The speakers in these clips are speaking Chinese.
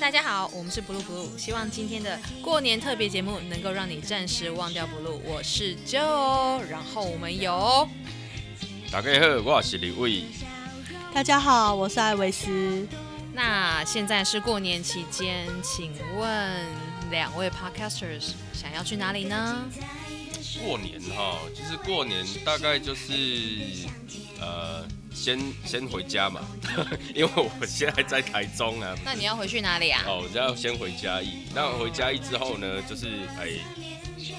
大家好，我们是 Blue Blue，希望今天的过年特别节目能够让你暂时忘掉 Blue。我是 Joe，然后我们有大家好，我是李伟。大家好，我是艾维斯。那现在是过年期间，请问两位 Podcasters 想要去哪里呢？过年哈，其实过年大概就是呃，先先回家嘛， 因为我现在在台中啊。那你要回去哪里啊？哦，我要先回嘉义。那回嘉义之后呢，就是哎、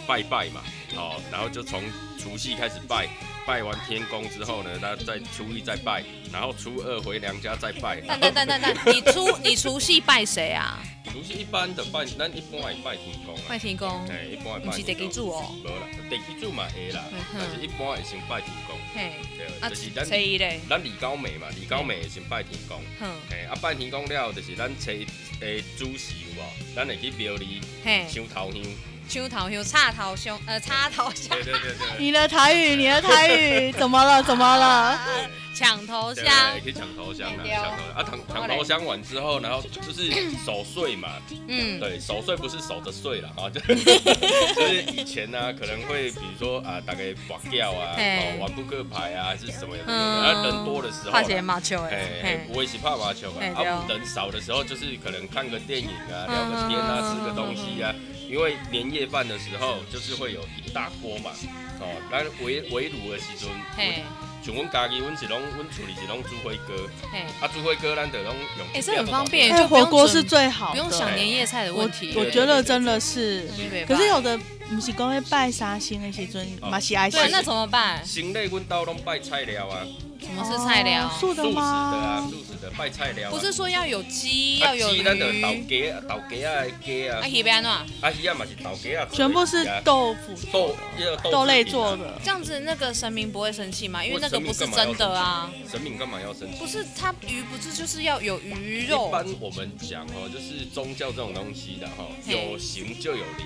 拜拜嘛，哦，然后就从除夕开始拜，拜完天公之后呢，那在初一再拜，然后初二回娘家再拜。蛋蛋蛋蛋蛋，你初你除夕拜谁啊？除夕一般的拜，咱一般也拜天公拜啊，天公，哎，一般也不是拜得天给公。住哦。无啦，地基主嘛会啦嗯，哼但是一般会先拜天公，嘿，对，啊，就是咱初一嘞，咱李高美嘛，李高美会先拜天公，哼，嘿，啊拜天公了，就是咱初一的主事有无？咱会去庙里嘿，烧头香，秋桃香、叉桃香，呃，叉桃香对。对对对，你的台语，你的台 语怎么了？怎么了？啊抢头对香，对，去抢头香啊，对哦抢头香啊，抢抢头香完之后，然后就是守岁嘛，嗯，对，守岁不是守着睡了 啊，就就是以前呢、可能会比如说啊，大概绑掉啊，嘿哦，玩扑克牌啊，还是什么有的没的，嗯啊，人多的时候啦化解麻球哎、哎，我也是怕麻球啊嘿，对哦啊，人少的时候就是可能看个电影啊，嗯聊个天啊，嗯吃个东西啊，因为年夜饭的时候就是会有一大锅嘛，哦，咱围围炉的时阵，嘿，像阮家己，阮是拢阮厝里是拢煮火锅，嘿，啊，煮火锅咱就拢用，哎这很方便哎，就不用火锅是准最好的，不用想年夜菜的我问题。我觉得真的是，可是有的不是讲会拜沙星那些尊，哦马西爱心对，那怎么办？行内阮兜拢拜菜料啊，什么是菜哦肴？素素的食的啊吗，？素食的拜菜料、啊，不是说要有哦鸡，啊要有鸡鱼，咱就豆鸡啊，豆鸡啊，鸡啊啊，，鱼安暖。啊鱼啊嘛是豆鸡啊，全部是豆腐豆那个豆豆类制品啊做的。这样子那个神明不会生气吗？因为那个不是真的啊，神明干嘛要生气？不是它鱼不是就是要有鱼一肉，般我们讲哦，就是宗教这种东西的哈，嘿哦有形就有灵。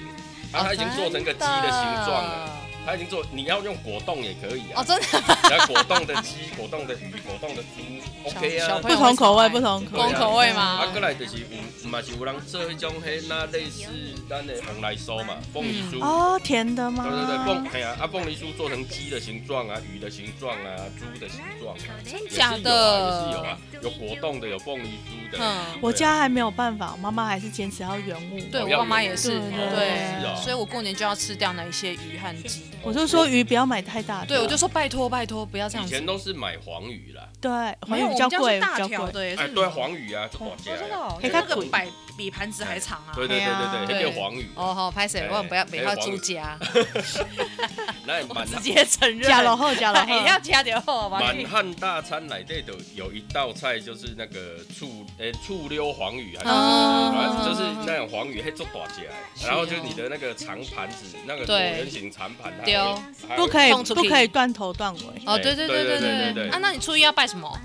啊，它已经做成个鸡的形状了，它已经做，你要用果冻也可以哦，啊，真的然后果冻的鸡、果冻的鱼、果冻的猪，OK 小啊朋。不同口味，不同对啊不同口味吗啊，过来就是有，嘛是有人做迄种迄那类似咱的红来酥嘛，凤梨酥。嗯哦，甜的吗？啊对对对，凤哎呀，啊凤梨酥做成鸡的形状啊，鱼的形状啊，猪的形状啊，也是有假啊，也的是有啊，有果冻的，有凤梨酥的，啊嗯，我家还没有办法，我妈妈还是坚持要原物。对我爸妈也是，是对，啊哦所以我过年就要吃掉那一些鱼和鸡。我就说鱼不要买太大的。对，我就说拜托拜托，不要这以样前子。都是买黄鱼啦，对，没有，我黄鱼比们较家贵，是比大较条贵。的，也是。哎，对，黄鱼啊，这大哦，真的家，哦，哎那它个滚摆比盘子还长啊。对对哎呀对对对，那对个黄鱼，哦好，拍谁？哎我不要不要哎黄猪鱼夹，那我满 直接承认。加了后，加了后，哎要加点后，完满汉大餐来这的有一道菜就是那个醋，诶，醋溜黄鱼还是什嗯么，反正就是那种黄鱼，嘿，做大起来，然后就你的那个长盘子，那个椭对圆形长盘，它对哦会不可以放出去不可以断头断尾。哦，对对对对对对对对啊，那你初一要拜什么？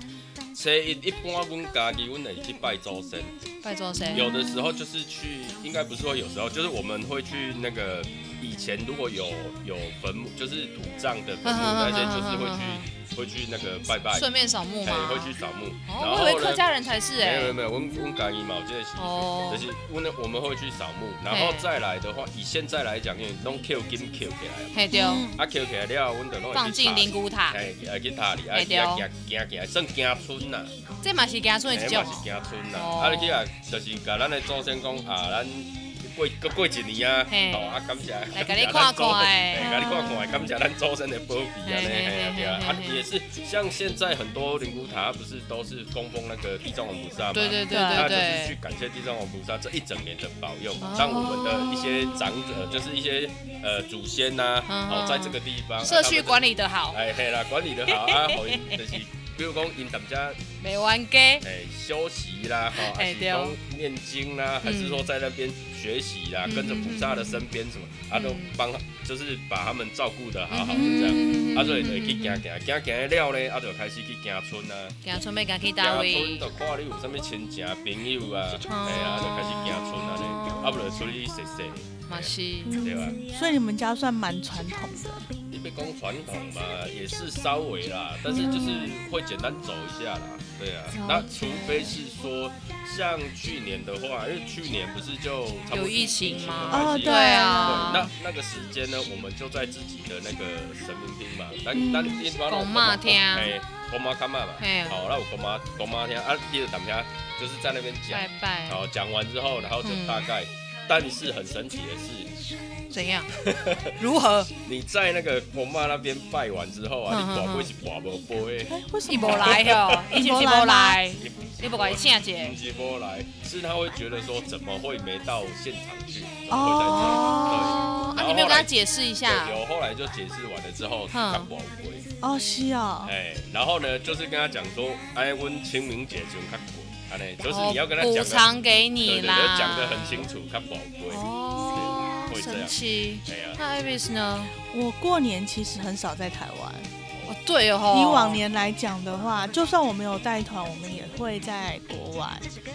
所以一般阮家己阮会去拜祖先，拜祖先。有的时候就是去，应该不是说有时候，就是我们会去那个以前如果有有坟墓，就是土葬的嗯坟墓那些，就是会去会去那个拜拜，顺便扫墓哎吗？会去扫墓。然哦，我以后为客呢？家人才是没有没有哎。没有，阮阮家己嘛有这个习哦俗，就是阮我们会去扫墓，然后嘿再来的话，以现在来讲，因为拢扣金扣起来嘛，嘿丢，啊扣起来了，阮就拢放进灵骨塔，哎，哎去塔里，啊嘿去对啊哦行行行，算行村啦。这嘛是家村的哎一嘛种。是行村啦，哦啊，你去啊，就是甲咱的祖先讲啊，咱过过过一年啊，嘿哦啊，感谢，来甲你看看诶哎，甲你看看，感谢咱祖先的保庇啊，嘿呢，嘿哎呀嘿对啊，嘿啊嘿也是像现在很多灵骨塔不是都是供奉那个地藏王菩萨嘛，对对对那对就是去对。感谢地藏王菩萨这一整年的保佑哦，让我们的一些长者，就是一些呃祖先呐，嗯哦，在这个地方社区管理，理的好，哎嘿啦，管理的好啊，好就是比如讲因大家。没玩家。哎、休息啦，哈、哎还是对哦说念经啦，还是说在那边学习啦，嗯跟着菩萨的身边什么，啊，都帮，就是把他们照顾的好好的这样。嗯啊，所以就会去行行，行行了呢，啊，就开始去行村啊，行村要行去行啊叨村位？就看你有啥物亲戚朋友啊，哦哎呀，就开始行村啊呢，啊，不就出去踅踅，嘛是，对吧？所以你们家算蛮传统的，一被公传统嘛，也是稍微啦，但是就是会简单走一下啦，对啊。那除非是说像去年的话，因为去年不是就差不多有疫情吗的关哦，系对啊对，那那个时间呢，我们就在自己的那个神明厅嘛，咱咱一般嗯公妈厅啊哎，公妈干嘛嘛嘿，好，那我公妈公妈厅啊，接着等下就是在那边讲拜，拜，嗯好，讲完之后，然后就大概，但是很神奇的是，怎样？如何？你在那个公妈那边拜完之后啊，嗯嗯你寡嗯不是寡不杯，哎，为什你么无来 哦，你是不是无来？你你不管请姐不，是波来，是他会觉得说怎么会没到现场去，怎么会在这里？对。哦哦，啊，你没有跟他解释一下？有后来就解释完了之后，嗯他不会。哦，是哦，哎，然后呢，就是跟他讲说，哎，温清明节就看鬼，啊呢，就是你要跟他哦讲补的，偿给对你对，啦，要讲的很清楚，看宝贵，哦，会这神样。奇。哎呀，那 Avis 呢？我过年其实很少在台湾。哦，对哦，以往，年来讲的话，就算我没有带团，我们也会在国外，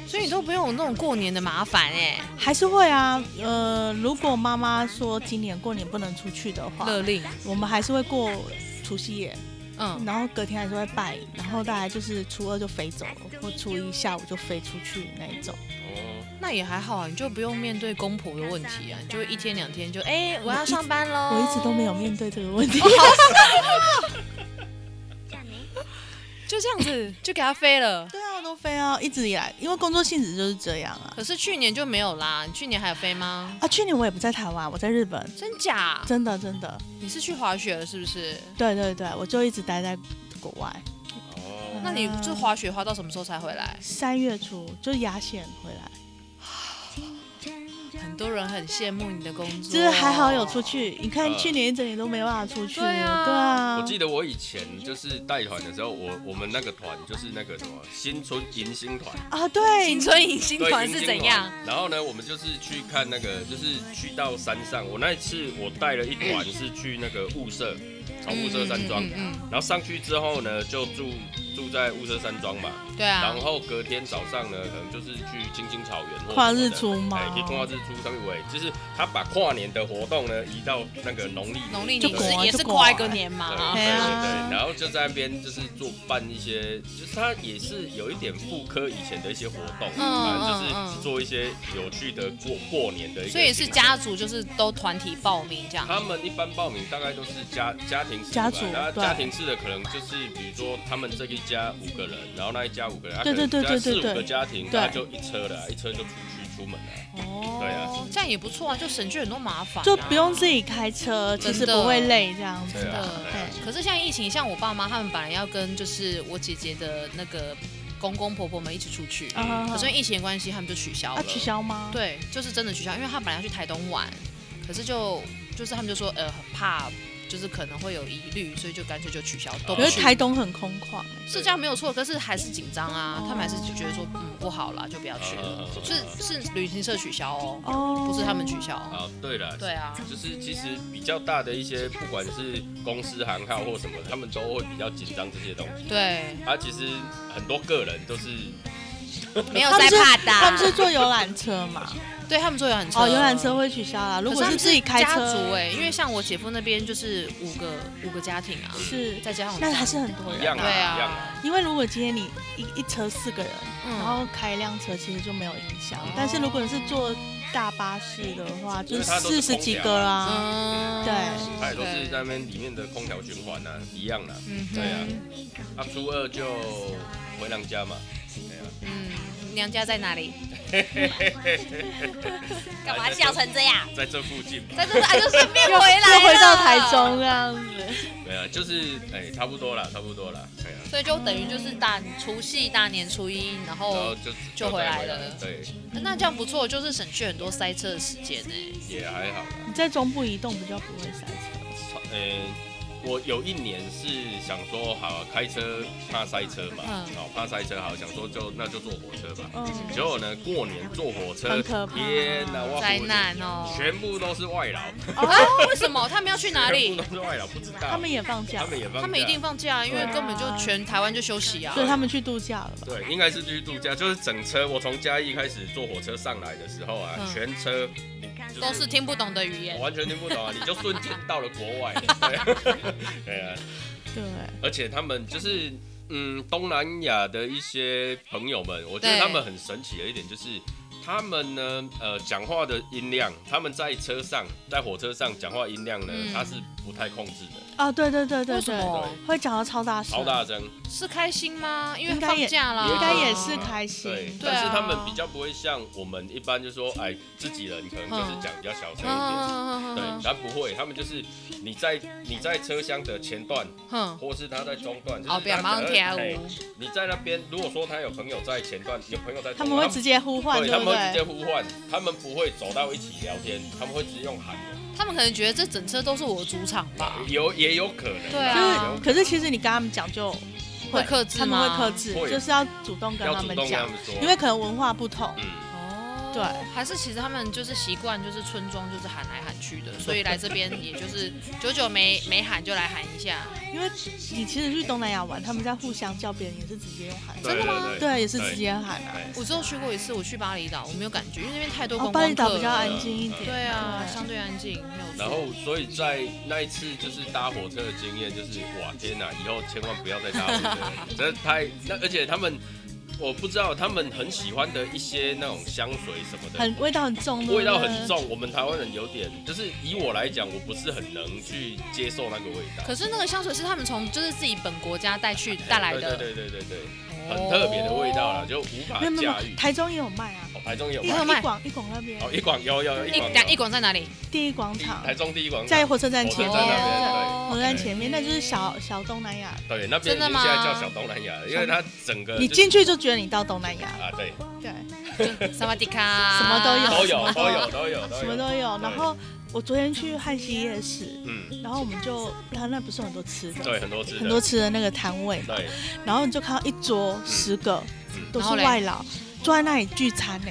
所以你都不用有那种过年的麻烦哎，还是会啊。呃，如果妈妈说今年过年不能出去的话，勒令，我们还是会过除夕夜，嗯，然后隔天还是会拜，然后大概就是初二就飞走了，或初一下午就飞出去那一种。哦，那也还好啊，你就不用面对公婆的问题啊，你就一天两天就哎、我要上班喽。我一直都没有面对这个问题，就这样子就给他飞了。 对啊，都飞啊，一直以来，因为工作性质就是这样啊。可是去年就没有啦，你去年还有飞吗？啊，去年我也不在台湾，我在日本，真假？真的真的，你是去滑雪了是不是？对对对，我就一直待在国外，哦，那你这滑雪滑到什么时候才回来？三月初就压线回来，很多人很羡慕你的工作，就是还好有出。去。你看呃去年一整年都没办法出去，对啊对啊我记得我以前就是带团的时候，我我们那个团就是那个什么新春迎新团，啊，对， 青春迎 新对，团迎是新怎团样？？然后呢，我们就是去看那个，就是去到山上。我那一次我带了一团是去那个雾社，从雾社山庄嗯，嗯然后上去之后呢，就住住在雾社山庄嘛。嗯对啊然，后隔天早上呢，可能就是去青青草原或跨什么日的出嘛哎，可以跨日出上面尾，就是他把跨年的活动呢移到那个农历农历就年过是啊也就是过跨一啊个年嘛对。啊对啊对对，然后就在那边就是做办一些，就是他也是有一点复刻以前的一些活动，嗯反正嗯就是嗯做一些有趣的过过年的一个。所以是。家族就是都团体报名这样。他们一般报名大概都是家家庭式的家吧族那对家庭式的可能就是比如说他们这一家五个人，然后那一家五个人，啊对对对可能对对四五个对家庭，对那就一车啊了，一车就出去出门了，哦对啊，这样也不错啊，就省去很多麻烦、就不用自。己开车，其实真的不会累这样子对啊的。真的对啊可是像疫情，像我爸妈他们本来要跟就是我姐姐的那个公公婆婆们一起出去，啊啊可是因为疫情的关系，他们就取消啊了。取消吗？对，就是真的取消，因为他本来要去台东玩，可是就就是他们就说呃很怕，就是可能会有疑虑，所以就干脆就取消，都不可因为是去台东很空旷，是这样没有错，可是还是紧张啊，哦他们还是觉得说嗯不好啦，就不要去了。呃是是旅行社取消哦，哦，不是他们取消。啊，对了，对啊，就是其实比较大的一些，不管是公司行号或什么，他们都会比较紧张这些东西。对，他啊其实很多个人都是没有他在们是怕的啊。他们是坐游览车 嘛？对他们坐游览车，哦，游览车。会取消啦。如可果他们自己开家车，族哎、因为像我姐夫那边就是五个五个家庭啊，是，再加上我那们家还是很多一样人啊，啊。对一样啊啊，因为如果今天你一一车四个人，然嗯，后开一辆车其实就没有影响嗯，但是如果你是坐大巴士的话，就因为它都四嗯是十几空个啊调啊啦。嗯对他也都是在那边里面的空调循环啊，一样的。嗯哼对啊他初二就回娘家嘛，嗯，娘家在哪里？干嘛笑成这样？啊在这附近嘛。在这啊，就顺便回来又了回到台，中这样子，对啊，就是哎、差不多啦，差不多啦。对啊，所以就等于就是大除夕、大年初一，然然后后就就回再来回了对，那这样不错，就是省去很多塞车的时间呢、欸也还好啦。你在中部移动比较不会塞车。呃，我有一年是想说，好开车怕塞车嘛，嗯好怕塞车，好想说就那就坐火车吧。嗯，结果呢，过年坐火车很，可怕天哪，哇灾难哦。全部都是外劳，啊？为什么他们要去哪全里部？都是外劳，不知道。他们也放假啊他，们也放假，他们一定放假，因为根本就全台湾就休息啊所。以啊他们去度假了吧？对，应该是去度假，就是整车。我从嘉义开始坐火车上来的时候啊，嗯全车你就都是听不懂的语言。完全听不 懂啊，你就瞬间到了国外了。对对啊，对，而且他们就是嗯，东南亚的一些朋友们，我觉得对他们很神奇的一点就是。他们呢，呃，讲话的音量，他们在车上，在火车上讲话音量呢，嗯他是不太控制的，哦，对对对对为什对，么？会讲到超大声，超大声，是开心吗？因为应该放也假啦，应该也是开对心，，对啊但是他们比较不会像我们一般，就说哎，自己人可能就是讲比较小声一点。对，嗯他不会，他们就是你在你在车厢的前段，哼，或是他在中段，就是哦，不要他马上可能跳哎舞，你在那边，如果说他有朋友在前段，有朋友在中段，他们会直接呼唤，对，对他不们会直接对？呼唤，他们不会走到一起聊天，他们会直接用喊的，他们可能觉得这整车都是我的主场吧，有也有可能，对就啊是，可是其实你跟他们讲就会克制他们会吗？克制，会就是要主动跟要他主们动跟他讲，们说，因为可能文化不同，嗯，哦，对，还是其实他们就是习惯，就是村庄就是喊来喊去的，所以来这边也就是久久没没喊就来喊一下，因为你其实去东南亚玩，他们在互相叫别人也是直接用喊，对真的吗对对，对，也是直接喊啊。哎我之后去过一次，我去巴厘岛，我没有感觉，因为那边太多哦，观巴厘光岛客比较了。安静一点，对啊，对相对安静，没有错。然后，所以在那一次就是搭火车的经验，就是哇天哪，以后千万不要再搭火车了，真的太那，而且他们我不知道他们很喜欢的一些那种香水什么的。很味道很重，味道很对不对，重，我们台湾人有点，就是以我来讲，我不是很能去接受那个味道。可是那个香水是他们从就是自己本国家带去带来的，对对对对对对，很特别的味道啦，哦。就无法没有没有驾没驭有，。台中也有卖啊，哦，台中啊有一也有吗？卖一广一广那边哦，一广有有有一一广等有一广在哪里？第一广场，台中第一广在场，火车站前火面，车站那边对对火车哦站前面，那就是小小东南亚，对，那真边已的经吗现在叫小东南亚了，因为它整个你呃就是进去就觉得你到东南亚，啊，对，对，萨瓦迪哦卡，什么都 都有有都有都有什么有，都有。对然后我昨天去汉西夜市，嗯，然后我们就他那不是很多吃的，对，很多次很多的，吃的那个摊位，对，然后你就看到一桌十个嗯都然是后嘞外劳坐在那里聚餐 呢，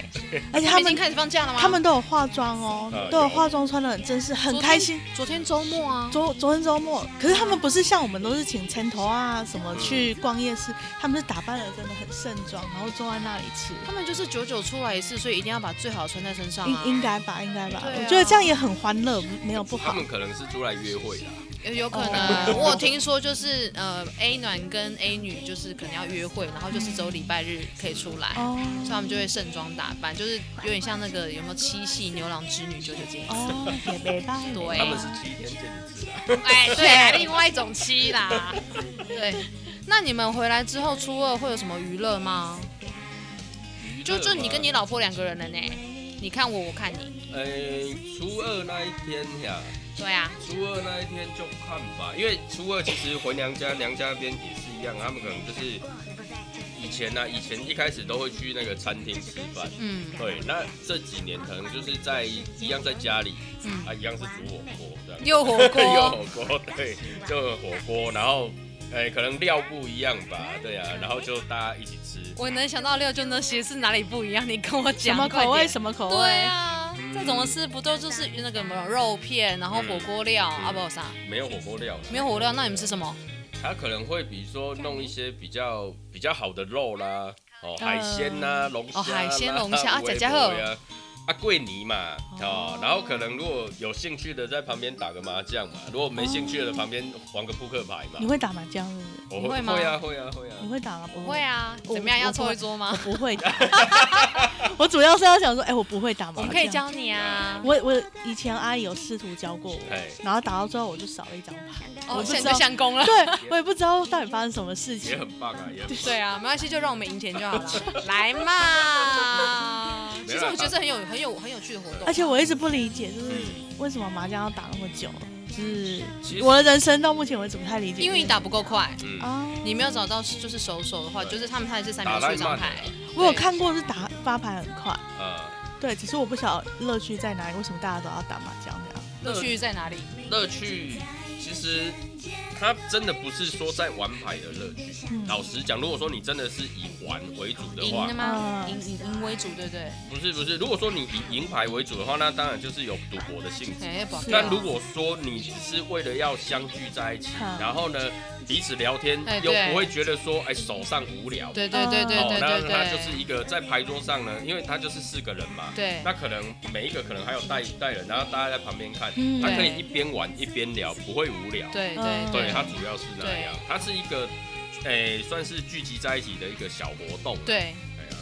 而且他他们已经们开始放假了吗？他们都有化妆哦呃，都有有化妆穿的很正式，很昨天开心。昨天周末啊，昨昨天周末，可是他们不是像我们都是请城头啊什么去嗯逛夜市，他们是打扮的真的很盛装，然后坐在那里吃，他们就是久久出来一次，所以一定要把最好的穿在身上啊应。应该吧，应该吧，对啊我觉得这样也很欢乐，没有不他好。们可能是出来约会啦，有有可哦能，我有听说就是呃 A 男跟 A 女就是可能要约会，然后就是只有礼拜日可以出来，哦所以他们就会盛装打扮，就是有点像那个有没有七夕牛郎织女九九这样。哦，也没办法。对啊他们是七天见一次啦， 哎，对啊，另外一种七啦。对，那你们回来之后初二会有什么娱乐吗？就就你跟你老婆两个人了呢，你看我，我看你。呃，初二那一天呀，对啊，初二那一天就看吧，因为初二其实回娘家，娘家那边也是一样，他们可能就是以前呢、啊，以前一开始都会去那个餐厅吃饭。嗯对，那这几年可能就是在一样在家里，嗯，啊，一样是煮火锅这样，又火 又锅，火锅，对，就火锅，然后，哎、可能料不一样吧，对啊，然后就大家一起吃，我能想到六就那些是哪里不一样，你跟我什讲。么快口味？点什么口味？对啊，嗯再怎么吃不都就是那个什么肉片，然后火锅料嗯啊，不啥，没有火锅料，没有火锅料，那你们吃什么？他可能会比如说弄一些比较比较好的肉啦，哦，海鲜呐、龙虾啦、呃哦海鲜龙虾 啊微姐姐好波呀啊，桂泥嘛，哦，然后可能如果有兴趣的在旁边打个麻将嘛，如果没兴趣的旁边玩个扑克牌嘛你，会打麻将是不是？我哦你会吗会啊会啊会啊你，会 打吗？不会，啊，我怎么样？我要不凑一桌我吗？不会打。我主要是要想说，哎，我不会打麻我将。们可以。教你啊。我我以前阿姨有试图教过我，哎，然后打到最后我就少了一张牌，哦，我不现知在道就。相 公了。对，我也不知道到底发生什么事也情。很棒啊，也很棒。对啊，没关系，就让我们赢钱就好 了。来嘛！其实我觉得这很有、很有、很有趣的活动。而且我一直不理解，就是嗯为什么麻将要打那么久？嗯就是其实我的人生到目前为止不太理解。因为你哦打不够快，嗯，啊，你没有找到就是手手的话，对就是他们他也是三秒出一张牌。我有看过是打发牌很快，呃，对，只是我不晓得乐趣在哪里，为什么大家都要打麻将这样？乐趣在哪里？乐趣其实它真的不是说在玩牌的乐趣。嗯老实讲，如果说你真的是以玩为主的赢啊话的，吗？嗯赢赢赢为主，对不对？不是不是，如果说你以赢牌为主的话，那当然就是有赌博的性质。哎，宝是啊但如果说你只是为了要相聚在一起，嗯然后呢彼此聊天哎，又对不会觉得说哎手上无聊，对对对对哦，对那对那对，就是一个在牌桌上呢，因为他就是四个人嘛，对那可能每一个可能还有带带人，然后大家在旁边看，嗯他对可以一边玩一边聊，不会无聊。对嗯对对，它主要是那对样，它是一个，诶、算是聚集在一起的一个小活动。对，哎呀，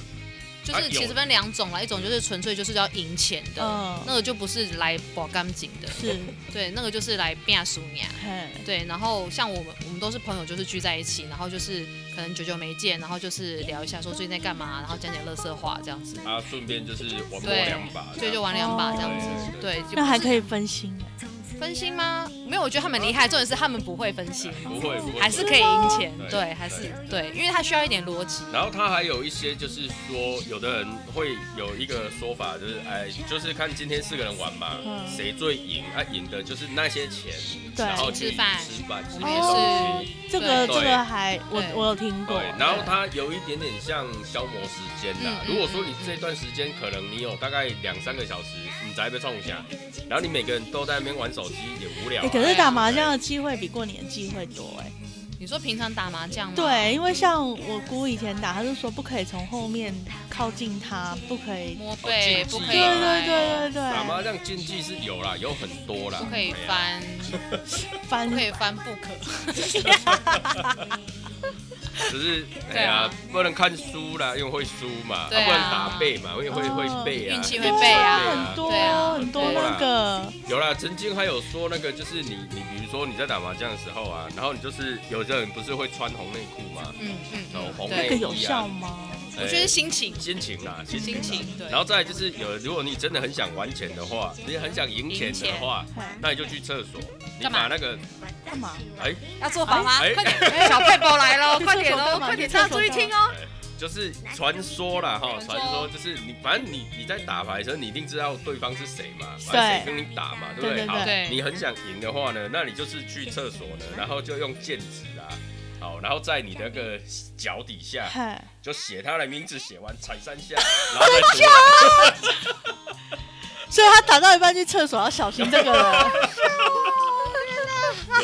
就啊是其有实分两种啦，一种就是纯粹就是要赢钱的，嗯，那个就不是来保干净的，是，对，那个就是来变熟娘。嘿，啊对，然后像我们，我们都是朋友，就是聚在一起，然后就是可能久久没见，然后就是聊一下说最近在干嘛，然后讲点乐色话这样子，啊，顺便就是玩过对两把，所以就玩两把哦这样子，对，就那还可以以分心，欸分心吗？没有，我觉得他们厉害，重点是他们不会分心，不会不会，还是可以赢钱，对对，还是对，因为他需要一点逻辑，然后他还有一些就是说，有的人会有一个说法，就是哎，就是看今天四个人玩嘛，嗯谁最赢，他、赢的就是那些钱，对然后去吃饭哦吃饭，吃我东们也是西。这个对这个还我哦对我有听过，哎对，然后它有一点点像消磨时间啦。嗯嗯如果说你这段时间可能你有大概两三个小时，你在被冲一下，嗯然后你每个人都在那边玩手机，也无聊啊、哎，可是打麻将的机会比过年机会多哎。你说平常打麻将吗？，对，因为像我姑以前打，她就说不可以从后面靠近她，不可以。摸背不竞技可对以哦啊对拍，对对打对，麻将竞技是有啦，有很多啦，不可以哎呀。翻，翻不可以翻不可，只是哎对呀啊，不能看书啦，因为会输嘛，啊不对啊能打背嘛，因为会哦会背啊，运气对会背啊对很多对啊很多很多那啦个，有啦，曾经还有说那个，就是你你比如说你在打麻将的时候啊，然后你就是有的人不是会穿红内裤嘛，嗯嗯哦嗯，红那内个对，有效吗？我觉得哎是心情，啊心情啦，心情啦啊心情对然后再来就是有，如果你真的很想玩钱的话，你很想赢钱的话赢啊钱，那你就去厕所，你干嘛把那个干嘛？哎、要做法吗？哎快点，小佩宝来 喽，去快厕所点喽，干嘛快点，去大厕家所注意干嘛听哦。就是传说啦哈，传说传说就是你，反正你你在打牌的时候，你一定知道对方是谁嘛，反正谁对跟你打嘛，对不对对好对，你很想赢的话呢，那你就是去厕所呢，然后就用剑指啊。好，然后在你那个脚底 下嘿，就写他的名字，写完踩三下，然后再出来。所以他打到一半去厕所要小心这个 人。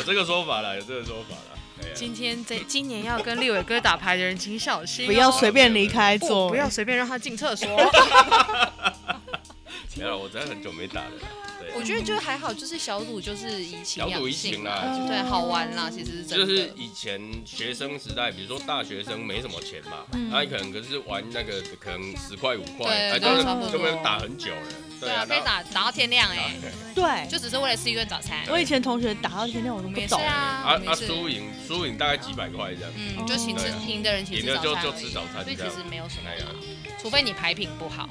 有这个说法啦，有这个说法啦。哎呀 今天这今年要跟立伟哥打牌的人，请小心哦、不要随便离开座不哦不位，要随便让他进厕所。没有，我真的很久没打了啦。对， 我觉得就还好，就是小赌就是以情小养赌怡性情啦，嗯对，好玩啦，其实是真的。就是以前学生时代，比如说大学生没什么钱嘛，那你可能可是玩那个可能十块五块，嗯对哎对就差不是多就会打很久了。对啊啊，，可以打打到天亮然后。哎、对，就只是为了吃一顿早餐。我以前同学打到天亮我都我不们也是懂。啊，我啊们啊，也是输赢输赢大概几百块这样，嗯，就请吃对啊赢的人请赢吃了早就餐而已，就吃早餐所以其这样实没有什么哎啦呀，除非你牌品不 好。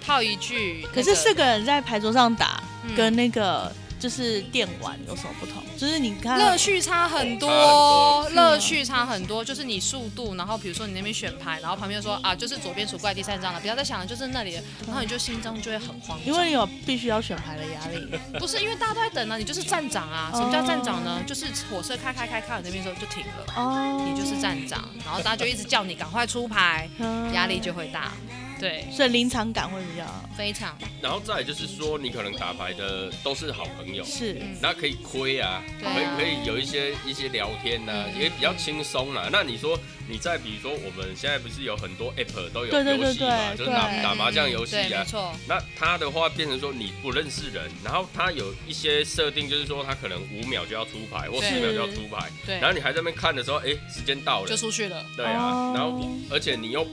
套一句、可是四个人在牌桌上打，嗯跟那个就是电玩有什么不同？就是你看，乐趣差很差嗯多，多乐趣差很多，就是你速度，然后比如说你那边选牌，然后旁边说啊，就是左边数怪第三张了，不要再想了，就是那里了，然后你就心中就会很慌张，因为你有必须要选牌的压力。不是因为大家都在等啊，你就是站长啊，哦什么叫站长呢？就是火车开开开开到你那边的时候就停了，哦，你就是站长，然后大家就一直叫你赶快出牌，嗯压力就会大，对，所以临场感会比较非常然后再来就是说，你可能打牌的都是好朋友，是嗯那可以亏啊，对可以啊可以有一些一些聊天呐、嗯也比较轻松啦。那你说你在比如说我们现在不是有很多 app 都有对对对游戏嘛，对就是打对打麻将游戏对，没啊。错，那他的话变成说你不认识人，然后他有一些设定，就是说他可能五秒就要出牌或对十秒就要出牌，对然，后你还在那边看的时候，哎、时间到了就，出去了，对啊哦，然后而且你又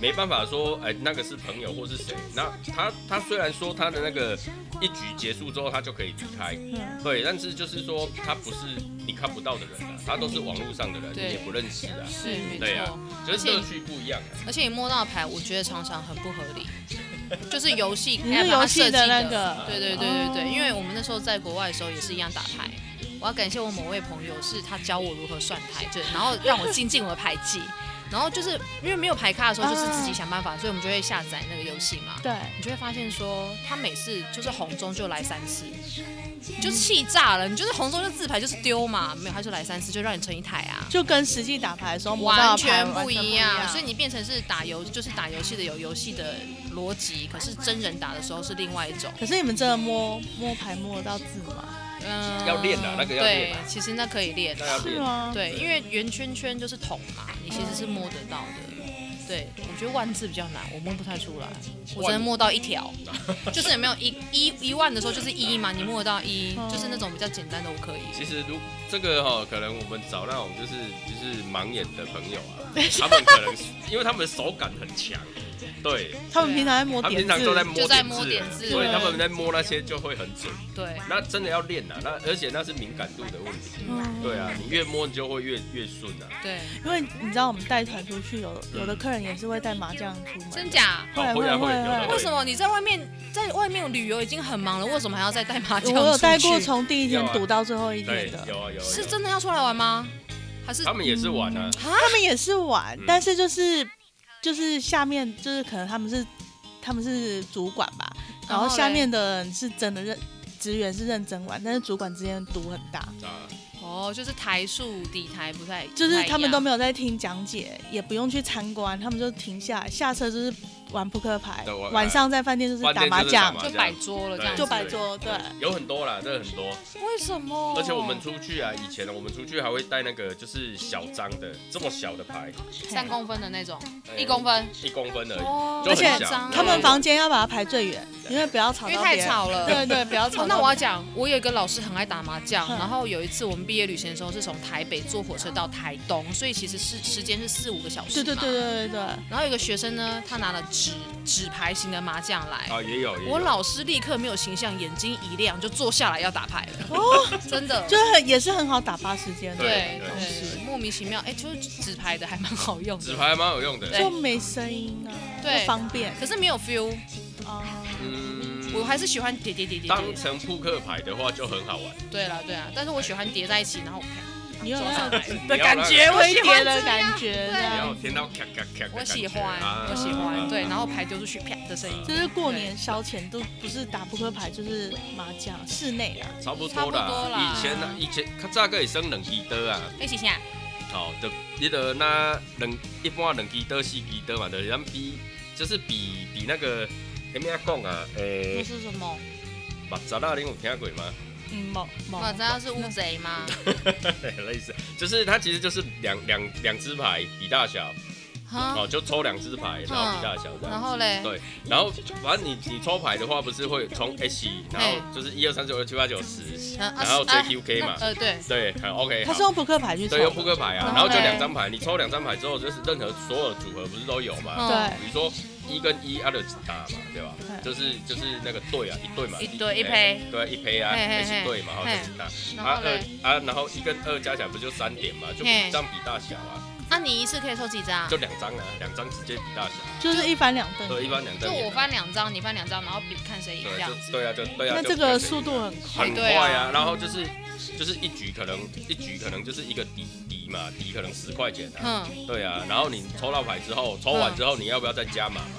没办法说，哎、那个是朋友或是谁，那他他虽然说他的那个一局结束之后他就可以离开，嗯对，但是就是说他不是你看不到的人啊，他都是网络上的人，对你也不认识啊，对，没对错啊。，就是乐趣不一样啊。而且你摸到的牌，我觉得常常很不合 理，就是游戏你是 app 它游戏设计的那个对对对对对，哦因为我们那时候在国外的时候也是一样打牌。我要感谢我某位朋友，是他教我如何算牌，对，然后让我精进我的牌技。然后就是因为没有牌咖的时候，就是自己想办法，所以我们就会下载那个游戏嘛。对，你就会发现说，他每次就是红中就来三次，你就气炸了。你就是红中就自排就是丢嘛，没有他就来三次就让你成一台啊，就跟实际打牌的时候摸到完的牌全不不一样样。。所以你变成是打游就是打游戏的有游戏的逻辑，可是真人打的时候是另外一种。可是你们真的摸摸牌摸得到字吗？嗯，要练啊那个要练啊对，其实那可以练。啊那要是练。吗？对，因为圆圈圈就是桶嘛，你其实是摸得到的。对，我觉得万字比较难，我摸不太出来，我只能摸到一条，就是有没有一一一万的时候就是一嘛，你摸得到一，哦就是那种比较简单的我可以。其实如这个哈、可能我们找那种就是就是盲眼的朋友 啊，他们可能因为他们的手感很强，对啊他们平常在摸他们点平常字，都在摸就在摸字啊点字所以他们在摸那些就会很准。对，那真的要练啊，那而且那是敏感度的问题。嗯对啊，你越摸你就会越越顺啊。对，因为你知道我们带团出去，有有的客人也是会带麻将出门，真假？好，会会啊会会，会有的对为会什。么你在外面在外面旅游已经很忙了，为什么还要再带麻将？我有带过，从第一天赌到最后一啊对天，的，有啊有啊。是有啊真的要出来玩吗？还是他们也是玩啊，嗯他们也是玩嗯，但是就是就是下面就是可能他们是他们是主管吧，然后嘞下面的人是真的认职员是认真玩，但是主管之间赌很大，啊，哦，就是台数底台不太，就是他们都不没有在听讲解，也不用去参观，他们就停下来下车就是玩扑克牌对我，呃晚上在饭店就是饭打店麻就是打将麻太一样就摆桌了这样子，就摆桌，对，嗯有很多啦，这很多。哦为什么？而且我们出去啊，以前我们出去还会带那个就是小张的这么小的牌，三公分的那种，哎一公分，一公分而已。哦就而且很小他们房间要把它排最远，因为不要吵因为到太别人。吵了。对对，不要吵哦，到别人。那我要讲，我有一个老师很爱打麻将，嗯然后有一次我们毕业旅行的时候是从台北坐火车到台东，所以其实是时间是四五个小时对嘛。对对对对对，然后有一个学生呢，他拿了纸纸牌型的麻将来，啊，也有，也有我老师立刻没有形象，眼睛一亮，就坐下来要打牌了。哦 真的。就是很也是很好打发时间的，对对对对对，莫名其妙，哎，就是纸牌的还蛮好用纸的，牌还蛮有用的。对就没声音啊，对哦不方便可是没有 feel，啊。嗯，我还是喜欢叠叠叠叠叠当。成扑克牌的话就很好玩，对了对啊，但是我喜欢叠在一起，然后你有没桌上有来的感觉推叠的感觉？这然后样听到咔咔咔的感觉，我喜欢，啊我喜欢，对，然后牌丢出去啪的声音，就是过年消遣都不是打扑克牌，就是麻将，室内啊。差不差不多多啦啦。以前啊呢，以前较早可以升两支刀啊，一起下，好，就你的那两一般两支刀、四支刀嘛，就是咱比，就是比比那个。前面讲啊，那诶、是什么？目杂那你有听过吗？ 嗯，某某我知啊道是乌贼吗？类似，就是它其实就是两两两只牌比大小，哈，哦，就抽两只牌，然后比大小这啊然样。后嘞，对，然后反正你你抽牌的话，不是会从 H，然后就是一二三四五六七八九十，然然后 JQK 呃啊那嘛呃对，对，很 OK 他是好。用扑克牌去抽对，用扑克牌啊，然后就然后嘞两张牌，你抽两张牌之后，就是任何所有的组合不是都有嘛？嗯对，比如说一跟一，啊就只打嘛，对吧？就是就是那个对啊，一对嘛，一对一哎胚对一胚啊，嘿嘿嘿一起对嘛，然后就只打。然啊后二嘞，啊，然后一跟二加起来不就三点嘛，就比嘿这样比大小啊，那你一次可以抽几张就？两张啊，两张直接比大小啊，就是一翻两对，一瞪。般两嗯就张也我能。翻两张，你翻两张，然后比看谁赢对，这样就子。对啊，就对啊。那就这比较个速度很快很对快啊啊，然后就是就是一局可能一局可能就是一个底底嘛，底可能十块钱啊，嗯对啊，然后你抽到牌之后，抽完之后你要不要再加码嘛？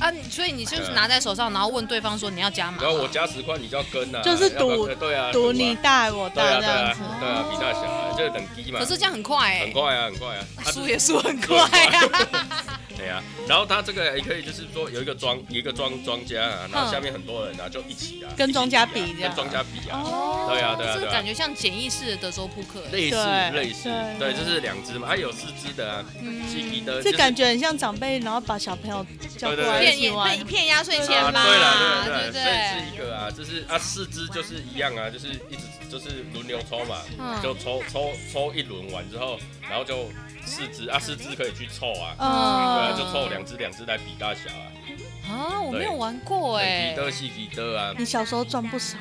啊，你所以你就是拿在手上，然后问对方说你要加码嗯然后我吗？加十块，你就要跟啊，就是要不要赌呃对啊，赌啊你大我对大啊这对样啊子，对啊，比大小啊，就是等低嘛，可是这样很快很哎，快啊，很快啊，啊输也输很快啊。对啊，然后他这个也可以，就是说有一个庄，一个庄庄家啊，然后下面很多人啊，就一起啊，跟一起庄家啊比这跟样庄家比啊，哦对啊对啊这对个感啊，觉像简易式的德州扑克哎。类似对类似，对对，就是两只嘛，还有四只的啊，七匹的，这感觉觉很像长辈，然后把小朋友叫过来一骗起也玩被。骗压岁啊，钱对嘛，不了对了对了，所以对？是一个啊，就是啊四只就是一样啊，就是一直就是轮流抽嘛，嗯就抽抽抽一轮完之后，然后就四只啊四只可以去凑啊，对嗯啊，就凑两只两只来比大小啊，啊，我没有玩过哎比，的细比的啊，你小时候赚不少，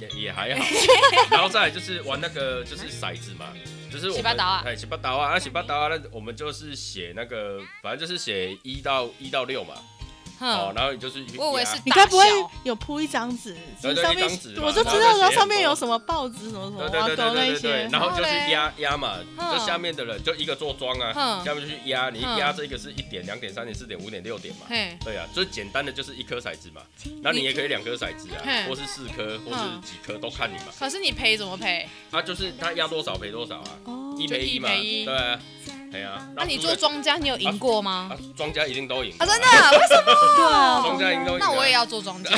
也也还好，然后再来就是玩那个就是骰子嘛，就是我洗们八刀啊哎洗八刀啊，那洗八刀啊，那我们就是写那个，反正就是写一到一到六嘛，哦，哼，然后你就是去嗯我以为是压你该不会大小有铺一张纸，对对上面一张纸嘛我就知然后道，就然后写上面很多有什么报纸什么什么对挖对对对沟那对对些，，然后然后就是嘞嗯压压嘛，哼就下面的人就一个做庄啊，哼下面就去压，你一哼压这个是一点、两点、三点、四点、五点、六点嘛。嗯嘿，对啊，最简单的就是一颗骰子嘛，然后你也可以两颗骰子啊嘿，或是四颗，或是嗯几颗都看你嘛。可是你赔怎么赔？啊，就是他压多少赔多少啊，哦一赔嘛，就一赔一对啊，哎呀。那啊你然后做庄家，你有赢过吗啊？，庄家一定都赢啊，真的？为什么？ 对啊，庄家赢都赢啊。那我也要做庄 家，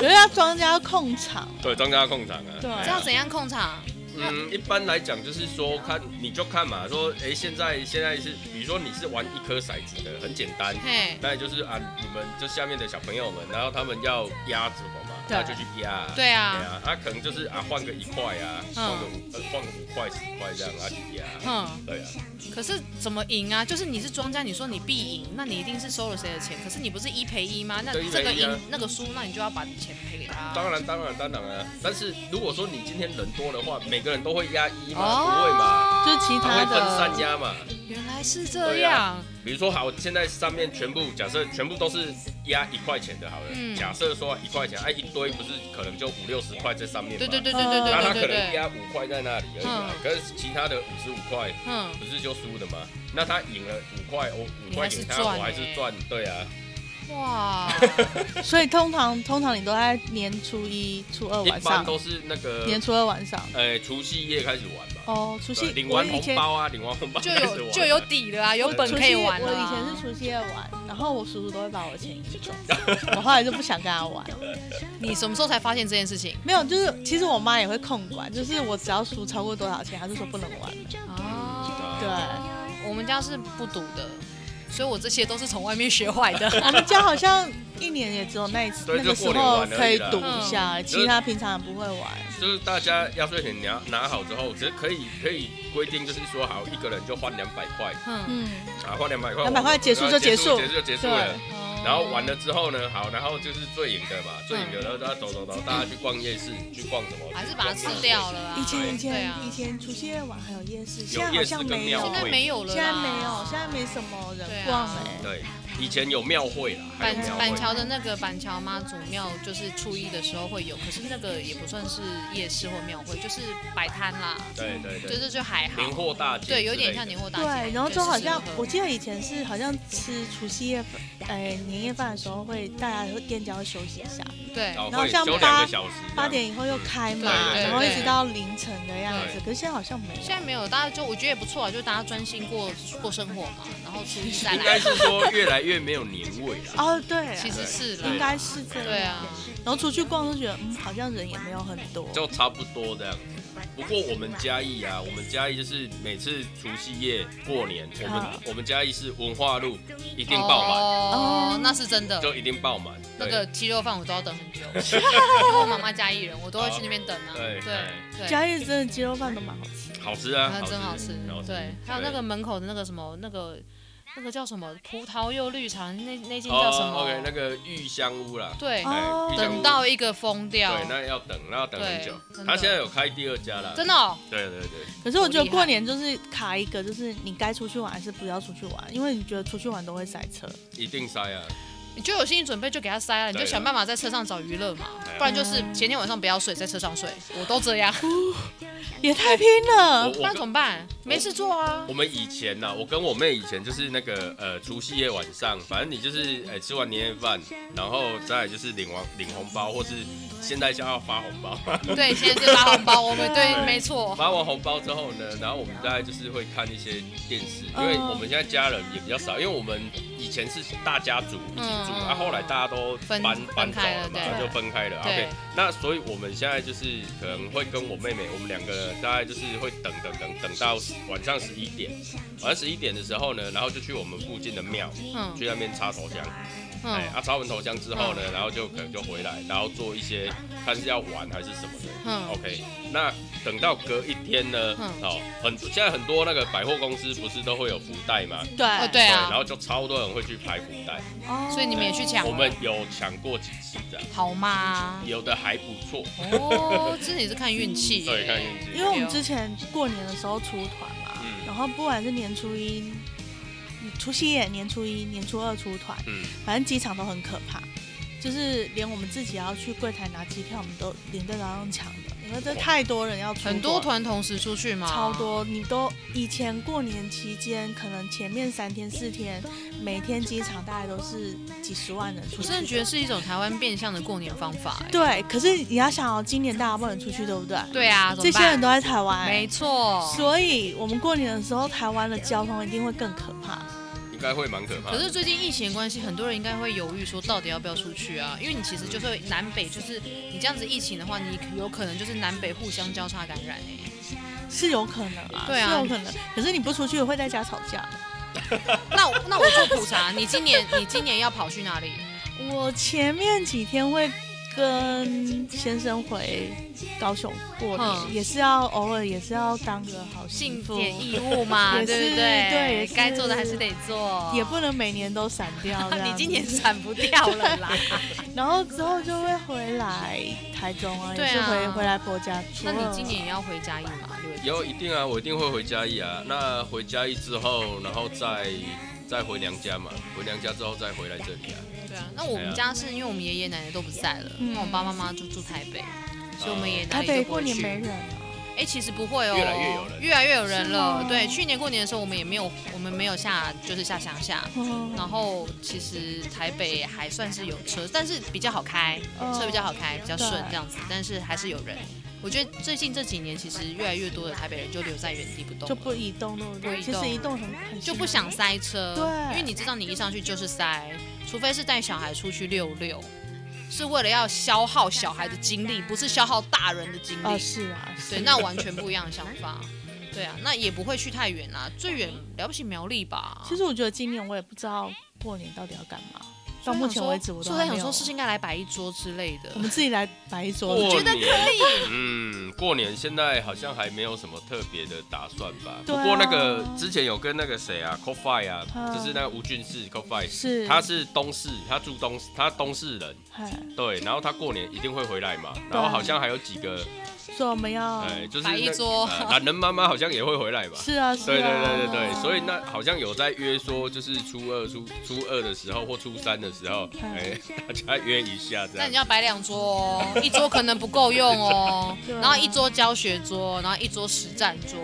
有人家庄家控场，对庄家控场啊。对啊哎呀这样怎样控场？嗯，一般来讲就是说看你就看嘛，说哎、现在现在是，比如说你是玩一颗骰子的，很简单，嘿，那也就是啊你们就下面的小朋友们，然后他们要压什么嘛，对那就去压、啊。对啊，啊，啊可能就是啊换个一块啊，嗯换个五呃换个五块十块这样啊去压。哼。对啊，可是怎么赢啊？就是你是庄家，你说你必赢，那你一定是收了谁的钱？可是你不是一赔一吗？那对一这个赔一赢、啊那个输，那你就要把钱赔给他啊。当然当然当然啊，但是如果说你今天人多的话，每个人都会压一嘛，不会哦，嘛，就是其他会他分的散压嘛。原来是这对样啊。比如说好，现在上面全部假设全部都是压一块钱的，好了，嗯假设说一块钱，哎、一堆不是可能就五六十块在上面嘛，对对对对对然后对啊他对可对能对，压五块在那里而已嘛，嗯可是其他的五十五块嗯，不是就输的吗？那他赢了五块，我五块给你还他是，赚我还是欸赚，对啊，哇，所以通常通常你都在年初一、初哦二一晚般上，都是那个年初二晚上。呃除夕夜开始玩嘛，哦，除对夕领我完以红前包啊，领完红包就开始玩有啊就有底了啊，有本除可以夕玩我了以啊、前是除夕夜玩，然后我叔叔都会把我钱赢走，我后来就不想跟他玩。你什么时候才发现这件事情？没有，就是其实我妈也会控管，就是我只要输超过多少钱，她就说不能玩了。啊，对，我们家是不赌的，所以我这些都是从外面学坏的。 我们家好像一年也只有那一次，对那个就时过年玩候而已啦可以赌一下，嗯就是其他平常也不会玩。就是大家压岁钱拿拿好之后，只是可以可以规定，就是说好一个人就换两百块，嗯，嗯，啊换两百块， 200块结束就结结束结束就结束对，了。哦然后完了之后呢，好，然后就是最赢的嗯嘛，最赢的，然后大家走走走，大家去逛夜市，去逛什么？还是把它去吃逛夜市掉了啊。以前以对前啊以前除夕夜晚还有夜市，现有在夜好市像跟没庙有，现在没有了，现在没有，现在。没什么对啊人逛哎。对，以前有庙会啦，还有板庙板会。桥的那个板桥妈祖庙，就是初一的时候会有，可是那个也不算是夜市或庙会，就是摆摊啦，对对就对，是就还好年，货大街之对，类的。有点像年货大街。对，然后对就好像是是我记得以前是好像吃除夕夜饭，哎，年夜饭的时候会大家会店家会休息一下，对，啊然然后后像休两八个小时这样，八点以后又开嘛，对对然后一对直到凌晨的样子对。可是现在好像没现在有，没有，大家就我觉得也不错啊，就大家专心过过生活嘛，然后初一再应该来，是说越来越没有年味了。哦，对啊，其实是对啦应，该是这样。对啊，然后出去逛就觉得，嗯，好像人也没有很多。就差不多这样子。不过我们嘉义啊，我们嘉义就是每次除夕夜、过年，我们、啊我们嘉义是文化路一定爆满，哦哦，那是真的。就一定爆满。那对个鸡肉饭我都要等很久，因为我妈妈家艺人，我都会去那边等啊。对对对，嘉义真的鸡肉饭都蛮好吃，好吃啊，啊，真好吃好。吃对，还有那个门口的那个什么，那个那个叫什么葡萄柚绿茶，那那间叫什么？ o k 哦那个玉香屋啦，对哦，哎玉香屋等到一个疯掉对，，那要等，那要等很久对真的。他现在有开第二家啦，真的哦。对对对，可是我觉得过年就是卡一个，就是你该出去玩还是不要出去玩，因为你觉得出去玩都会塞车。一定塞啊。你就有心理准备，就给他塞啊，你就对啊想办法在车上找娱乐嘛，不然就是前天晚上不要睡，在车上睡，我都这样，也太拼了我，不呃然怎我么办？没事做啊。我们以前呐、我跟我妹以前就是那个呃，除夕夜晚上，反正你就是呃吃完年夜饭，然后再来就是领完领红包，或是现在就要发红包。对，现在是发红包，我 们对，对没错，发完红包之后呢，然后我们大概就是会看一些电视，因为嗯我们现在家人也比较少，因为我们以前是大家族一起住，嗯啊，后来大家都分搬搬分走开了嘛了，对就分开了。对 OK，那所以我们现在就是可能会跟我妹妹，我们两个大概就是会等等等等到晚上十一点，晚上十一点的时候呢，然后就去我们附近的庙嗯去那边插头香，哎，嗯啊，插完头香之后呢，然后就可能就回来，然后做一些看是要玩还是什么的。嗯， OK，那等到隔一天呢？嗯哦，很现在很多那个百货公司不是都会有福袋吗？对，哦对然啊，后就超多人会去排福袋，哦所以你们也去抢我们有抢过几次这样，好吗？有的还不错，哦，这也是看运气耶，对，看运气。因为我们之前过年的时候出团嘛，嗯然后不管是年初一、除夕夜、年初一、年初二出团，嗯，反正机场都很可怕，就是连我们自己要去柜台拿机票，我们都连在早上抢的，因为这太多人要出国很多。团同时出去嘛，啊超。多，你都以前过年期间，可能前面三天四天，每天机场大概都是几十万人出去。我真的觉得是一种台湾变相的过年方法、哎对，可是你要想哦，今年大家不能出去，对不对？对啊，怎这么些人办？都在台湾，没错。所以我们过年的时候，台湾的交通一定会更可怕。应该会蛮可啊怕可的。是最近疫情的关系，很多人应该会犹豫说到底要不要出去啊？因为你其实就是会南北，就是你这样子疫情的话，你有可能就是南北互相交叉感染哎、是有可能啊，对啊是有可能。可是你不出去会在家吵架。那我那我做普查，你今 年你今年要跑去哪里？我前面几天会跟先生回高雄过年，嗯也是要偶尔也是要当个好媳尽妇，点义务嘛，也是对不对也对是？该做的还是得做，也不能每年都闪掉 这哦样子。你今年闪不掉了 啦。然后之后就会回来台中啊，对啊也是回回来婆家。那初你二今年也要回嘉义吗？六月底以后一定啊，我一定会回嘉义啊。那回嘉义之后，然后再再回娘家嘛，回娘家之后再回来这里啊。对啊，那我们家是因为我们爷爷奶奶都不在了，哎嗯那我爸妈妈就住台北，所以我们爷爷奶台奶北就不过会年去。没人啊了，哎、其实不会哦，越来越有人越来越有人是了吗。对，去年过年的时候，我们也没有，我们没有下，就是下乡下。嗯然后其实台北还算是有车，但是比较好开，哦车比较好开，比较顺对这样子，但是还是有人。我觉得最近这几年，其实越来越多的台北人就留在原地不动就了，不移动了。对不对不移其动实移动很很辛苦就不想塞车，对因为你知道你一上去就是塞，除非是带小孩出去溜溜，是为了要消耗小孩的精力，不是消耗大人的精力。哦，是啊， 对，那完全不一样的想法。对啊，那也不会去太远啦，最远了不起苗栗吧。其实我觉得今年我也不知道过年到底要干嘛。到目前为止，我都所以还在没有嗯想说，是不是应该来摆一桌之类的我？们自己来摆一桌。过觉得年，嗯，过年现在好像还没有什么特别的打算吧。对啊不过那个之前有跟那个谁啊 c o f i 啊，嗯就是那个吴俊士 c o f i 是哎他是东市，他住东，他东市人，嗨对，然后他过年一定会回来嘛，然后好像还有几个，所以我们要、哎，就是摆一那桌呃懒人妈妈好像也会回来吧。嗯是啊，是啊，对对对对对，所以那好像有在约说，就是初二、初初二的时候或初三的时候，嗯哎、 大家约一下这那样你。要摆两桌哦，一桌可能不够用哦对啊，然后一桌教学桌，然后一桌实战桌，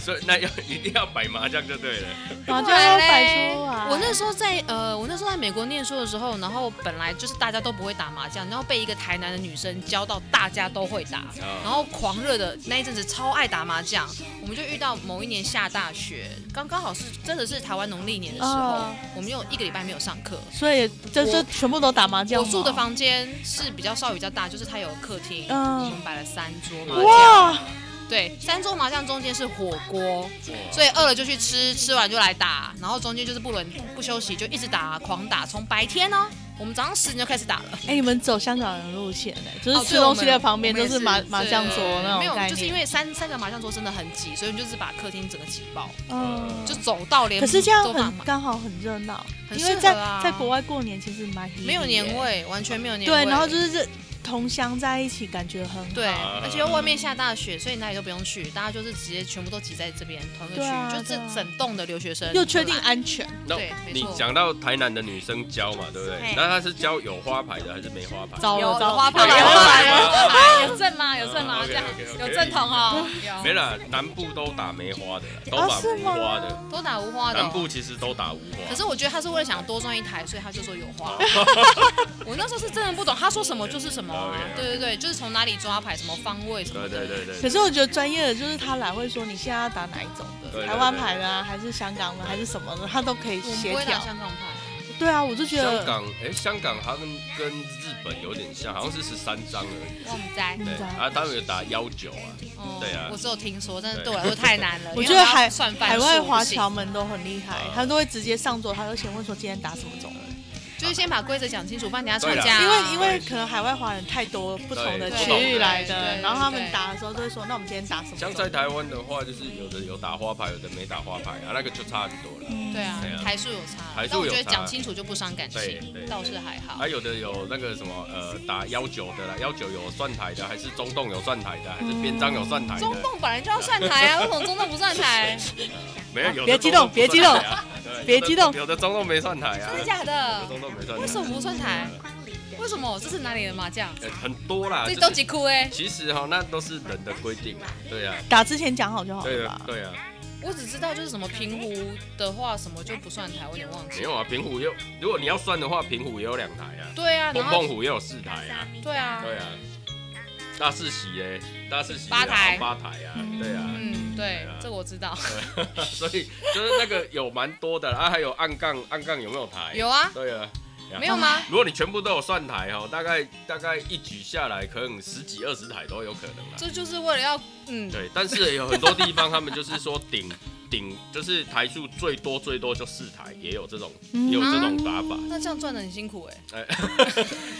所以那要 一定要摆麻将就对了。然后不啊就要然摆啊嘞出来。我那时候在呃，我那时候在美国念书的时候，然后本来就是大家都不会打麻将，然后被一个台南的女生教到大家都会打，哦然后狂热的那一阵子超爱打麻将。我们就遇到某一年下大雪，刚刚好是真的是台湾农历年的时候嗯，我们有一个礼拜没有上课。所以就是全部都打麻将我吗。住的房间是比较稍微比较大，就是它有客厅，嗯我们摆了三桌麻将，哇，对，三桌麻将中间是火锅，所以饿了就去吃，吃完就来打，然后中间就是不轮不休息，就一直打，狂打，从白天哦，我们早上十点就开始打了，哎、你们走香港人路线呢、就哦是吃对我东们西的旁边我都们也是麻麻将桌对那没种概念。有，就是因为三三个麻将桌真的很挤，所以我们就是把客厅整个挤爆，嗯，就走到连可是这样都放很满刚好很热闹，很因为适在合啊在国外过年其实蛮 heavy 没有年耶，味，完全没有年味，对，然后就是这同乡在一起感觉很好。对，啊而且又外面下大雪，所以哪里都不用去，大家就是直接全部都挤在这边同一个对区，啊就对这啊整栋的留学生又确定都来安全，那对没你错讲到台南的女生教嘛，对不对嘿？那她是教有花牌的还是没花牌？糟有了糟有了，花牌，有有花花牌牌，有花牌， 有证吗？有证嗯吗？ ，OK，啊这样 OK，OK，有正统哦，没有啦，南部都打梅花的啦，都啊打是无吗花的。都打无花的南哦。部其实都打无花。可是我觉得他是为了想多赚一台，所以他就说有花。我那时候是真的不懂，他说什么就是什么啊 OK，OK 对对对，就是从哪里抓牌，什么方位什么 对的对。对对可对，是我觉得专业的就是他来会说你现在要打哪一种的，对对对台湾牌的啊，还是香港的，还是什么的，他都可以我们协不会打调。香港牌，对啊，我就觉香得港哎、香港好像跟日本有点像，好像是十三张而已。我们在。对嗯啊，他们有打幺九啊，哦对啊我只有听说，但是对对我来说太难了。我因觉为要得海算海番外数不华行侨们都很厉害嗯，他都会直接上桌，他就先问说今天打什么种类，就是先把规则讲清楚，不然等下吵对啦啊架。啊因为因为可能海外华人太多不同的对区域来不同的，的然后他们对对打的时候就会说，那我们今天打什么像种在类？台湾的话，就是有的有打花牌，有的没打花牌啊，那个就差很多了。对啊对啊，台数有差，台数但我有觉得差讲清楚就不伤感对对对情，倒是还好啊还。有的有那个什么呃打幺九的啦，幺九有算台的，还是中嗯洞有算台的，还是边章有算台的中。洞本来就要算台啊，为什么中洞不算台？没有，有的别激动中别激动不算台啊， 对别有的激动有的中洞没算台啊真的，假的有？中洞没算台，啊为什么不算台？为什么？这是哪里的麻将？呃很多啦，这就是都几酷哎！其实哈，那都是人的规定啊，对啊，打之前讲好就好对了啊，吧？对啊，我只知道就是什么平湖的话，什么就不算台，我有点忘没记。有啊，平湖又，如果你要算的话，平湖也有两台啊，对啊，蹦然后蹦湖也有四台啊，对啊，对啊，大四喜嘞，大四喜八台八台啊，嗯对啊，嗯，对对啊，这我知道。 所以就是那个有蛮多的啦啊，还有暗杠，暗杠有没有台？有啊，对啊，对啊没有吗？如果你全部都有算台哦，大概大概一局下来，可能十几二十台都有可能啦。这就是为了要嗯，对，但是有很多地方他们就是说顶顶就是台数最多最多就四台，也有这种嗯也有这种打法。那这样赚的很辛苦哎。哎，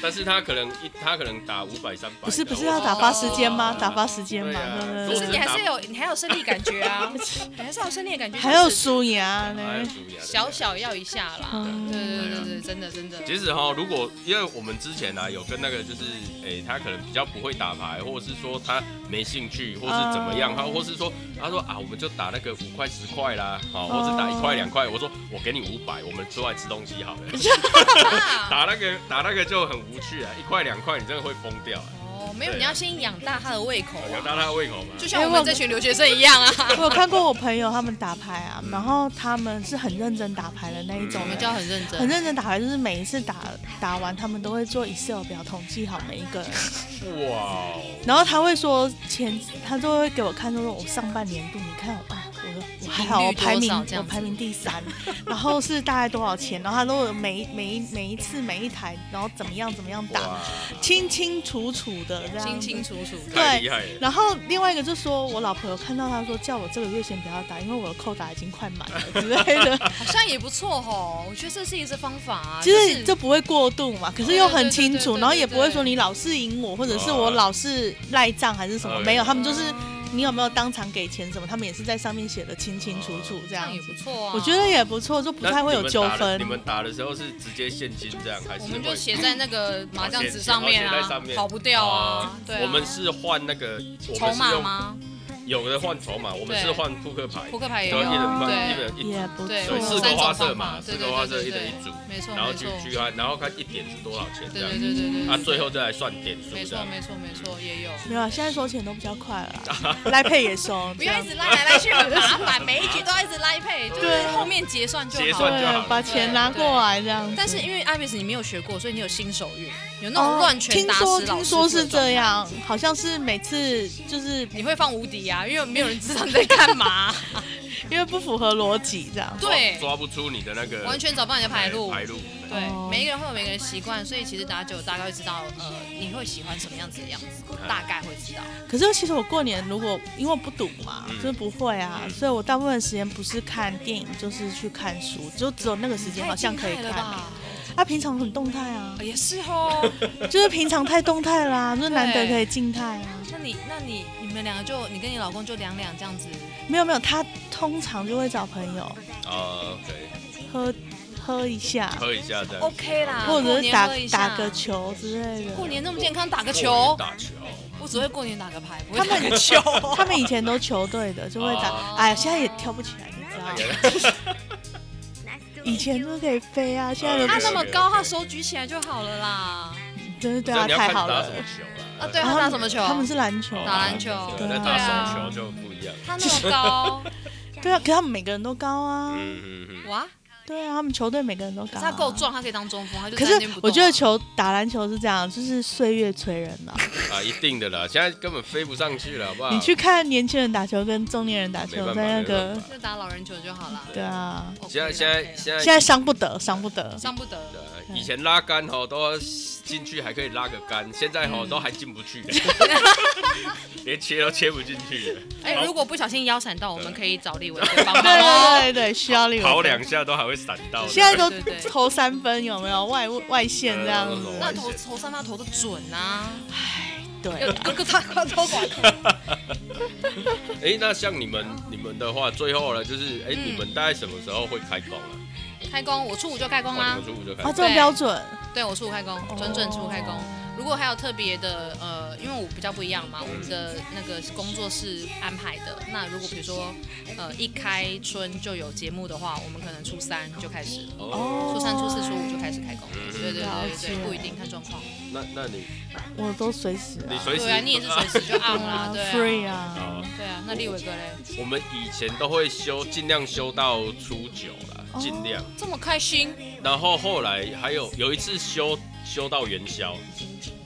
但是他可能一他可能打五百三百，啊不是不是要打发时间吗？打发时间嘛，哦对可啊如对对果是只对你还是有，你还有胜利感觉啊，你还是有胜利的感觉，还有就是输牙还有呢。主意啊小。小要一下啦。对嗯对对对，真的真的。其实哈，如果因为我们之前呢、啊、有跟那个就是，诶、他可能比较不会打牌，或者是说他没兴趣，或是怎么样，嗯他、或是说他说啊，我们就打那个五块十块啦，好、哦或者打一块两块，我说我给你五百，我们出来吃东西好了。啊打 那个打那个就很无趣啊，一块两块你真的会疯掉、啊，哦，没有，你要先养大他的胃口哦有啊，搭他胃口吗？就像我们这群留学生一样啊。我有看过我朋友他们打牌啊，然后他们是很认真打牌的那嗯一种我人们就要很认很真，认真打牌，就是每一次打打完，他们都会做 Excel 表统计好每一个人，哇哦，然后他会说前，他就会给我看，就说我上半年度，你看我啊，我我还好，赢我率多少排名这样子我排名第三，然后是大概多少钱，然后他都有每一每一每一次每一台，然后怎么样怎么样打，哇，清清楚楚的这样，清清。楚楚的。太厉害了，然后另外一个就说，我老婆有看到他说叫我这个月先不要打，因为我的扣打已经快满了之类的。好像也不错吼，我觉得这是一支方法啊。其实就哦就是不会过度嘛，可是又很清对对对对楚，对然后也不会说你老是赢我，或者是我老是赖账还是什么，哦没有，他们就是你有没有当场给钱什么，他们也是在上面写的清清楚楚这这样样也子不。错啊。我觉得也不错，就不太会有纠那你纷。们打的你们打的时候是直接现金这样，还是我们就会写在那个麻将纸上面哦写写在啊上，面跑不掉啊。对啊，哦我们是换那个我筹们是码用吗？有的换筹码，我们是对换扑克牌，扑克牌也有然后一人啊，换一对人一也不对，对我们四有个三错，种花色方嘛法，四对个对花对对色一人对一组没错然后没去错，去按，然后看一点是多少钱这对样对，对对对，啊，对最后再来算点数没这错样。没错没错也有。没有啊，现在收钱都比较快了，来配也收，不要一直拉来拉去，很麻烦，每一局都要一直拉配，就是对后面结算就结好这算了。样就好了对，把钱拿过来这样子。但是因为艾比斯你没有学过，所以你有新手运，有那哦种乱拳听打说死老听师说这是种这样，好像是每次就是你会放无敌啊，因为没有人知道你在干嘛，因为不符合逻辑这样。抓 对抓不出你的那个哎完全找不到你的牌路。排路。对哦，每一个人会有每个人习惯，所以其实打久大概会知道，呃，你会喜欢什么样子的样子，大概会知道。可是其实我过年如果因为我不赌嘛，嗯就是不会啊，嗯所以我大部分时间不是看电影，就是去看书，就只有那个时间好像可以太厉看、害了吧？啊，平常很动态啊 呃，也是哦。就是平常太动态啦、就是难得可以静态啊。那你那你你们两个就你跟你老公就两两这样子，没有没有，他通常就会找朋友啊，OK，喝喝一下，喝一下这样。 OK 啦或者啊过是年打喝一下打个球之类的。过年那么健康，打个过球年， 打球，我只会过年打个牌，不会他打们个球。他们以前都 球队的，就会打哦。哎，现在也跳不起来，你知道吗？以前都可以飞啊，现在都他不那行么高，他手举起来就好了啦。真是对那啊 他你要太看好打了什。么球啦。哦啊对他打什么球他们是篮球，打篮球对那对打啊手球就不一样。他那么高，对啊，可是他们每个人都高啊，嗯嗯嗯。哇！对啊，他们球队每个人都高、可啊。是他够。壮，他可以当中锋，他就可在那是边不动啊我觉得球打篮球是这样，就是岁月催人了、 啊，一定的啦，现在根本飞不上去了，好不好？你去看年轻人打球跟中年人打没球办，法在那没个办法就打老人球就好了。对啊，现在现在现在现在伤不得，伤不得在。上不得，呃以前拉杆吼都要进去还可以拉个杆，现在吼都还进 不去，连切都切不进去了，哎，如果不小心腰闪到，我们可以找立伟去帮对忙对哦。对对，需要力。跑两下都还会闪到。现 在都对对对投三分，有没有外外线这样子？那投投三发投的准啊，对有啊，哥哥他他投管。哎、那像你们你们的话，最后呢，就是哎、嗯你们大概什么时候会开工啊？开工，我初五就开工哇啦你们。哦初五就开啊，工，这么标准，对，我初五开工，准准初五开工。如果还有特别的呃呃，因为我比较不一样嘛，我们的那个工作是安排的。那如果比如说呃一开春就有节目的话，我们可能初三就开始了，哦，哦初三、初四、初五就开始开工。嗯对对对对了解对，不一定看状况。那那你我都随时啊你随时对啊，你也是随时就 on 啦，对啊。 free 啊， 哦，对啊，那立伟哥嘞，我们以前都会休，尽量休到初九啦，哦尽量。这么开心，然后后来还有有一次休休到元宵，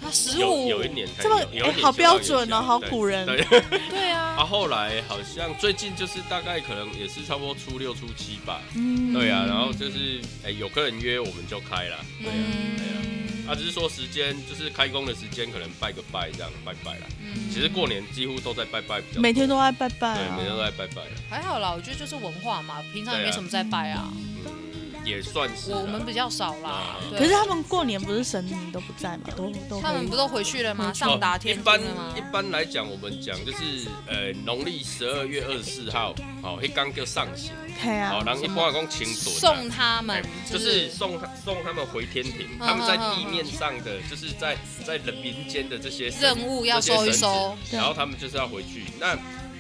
他十有五，有一年才这么有有一哎年休好到标准元宵哦好对古人对，对啊，啊，后来好像最近就是大概可能也是差不多初六初七吧，嗯对啊，然后就是哎、有客人约我们就开了，对啊，对啊，嗯啊只是说时间就是开工的时间可能拜个拜这样拜拜啦，嗯其实过年几乎都在拜拜比较多，每天都在拜拜对啊，每天都在拜拜，还好啦，我觉得就是文化嘛，平常也没什么在拜啊，嗯，也算是啦我我们比较少啦。啊对可是他们过年不是神明都不在嘛，都都他们不都回去了吗？上达哦一天般宫了吗一？般来讲，我们讲就是呃农历十二月二十四号，哦，一刚就上刑，开哦啊，，然后一般讲清准啊送他们哎就就是是送他送他们回天庭，嗯他们在地面上的，就是在在人民间的这些神任务要收一，收，这些神职然后他们就是要回去。那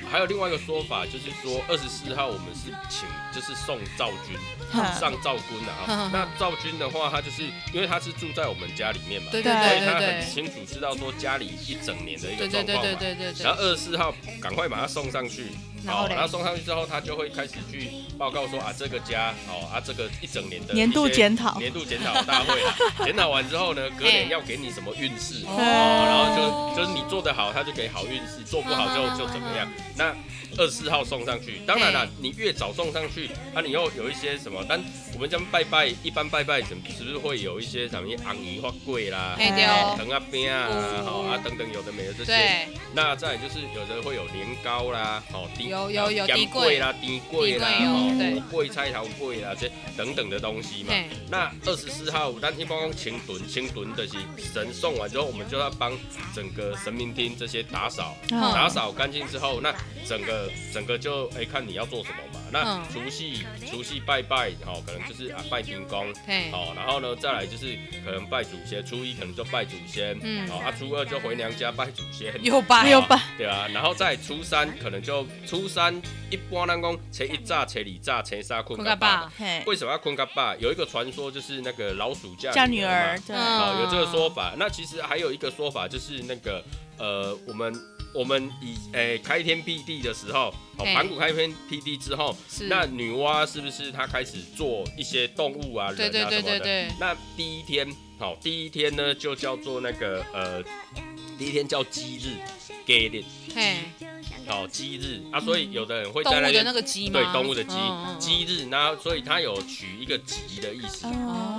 还有另外一个说法，就是说二十四号我们是请，就是送赵军嗯上赵军的嗯 嗯。啊那赵军的话，他就是因为他是住在我们家里面嘛，对对对所对以他很对清楚知道说家里一整年的一个对对状对况对嘛。对对对然对后。二十四号赶快把他送上去，然后哦嘞然后送上去之后，他就会开始去报告说啊，这个家哦啊，这个一整年的年度一些检讨年度检讨大 会啊，检讨完之后呢，隔哎年要给你什么运势哦，然后就就是你做得好，他就给好运势；做不好就嗯嗯嗯就怎么样。那二十四号送上去，当哎然了，你越早送上去，啊，你又有一些什么？但我们将拜拜，一般拜拜什么，是不是会有一些什么昂姨花贵啦、嘿对哦藤啊边啊，嗯哦啊等等，有的没的这些。对，那再来就是有的会有年糕啦，哦，低有有有盐低粿贵啦、低贵啦、低贵哦对哦，贵菜头贵啦，这等等的东西嘛嘿。那二十四号，咱一般讲清炖，清炖的是神送完之后，我们就要帮整个神明厅这些打扫，嗯打扫干净之后，那整个整个就哎、看你要做什么嘛。那嗯除夕除夕拜拜，哦，可能就是啊拜天公，嘿，哦，然后呢，再来就是可能拜祖先，初一可能就拜祖先，嗯哦啊，初二就回娘家拜祖先，有吧？ 没有拜对啊，然后再初三可能就初三一般人讲初一早、初二早、初三困困个个爸爸。嘿，为什么要困个爸？有一个传说就是那个老鼠嫁嫁女女儿儿嘛，对，嗯哦，有这个说法。那其实还有一个说法就是那个呃，我们我们以诶、开天辟地的时候，哦，嘿盘古开天辟地之后，是那女娲是不是她开始做一些动物啊、人对对啊对什么对的？对，那第一天，好、第一天呢就叫做那个呃，第一天叫鸡日 g a y 嘿，好、鸡日啊，所以有的人会动在物那的边那个鸡吗？对动物的鸡嗯嗯鸡日，那所以它有取一个吉的意思，哦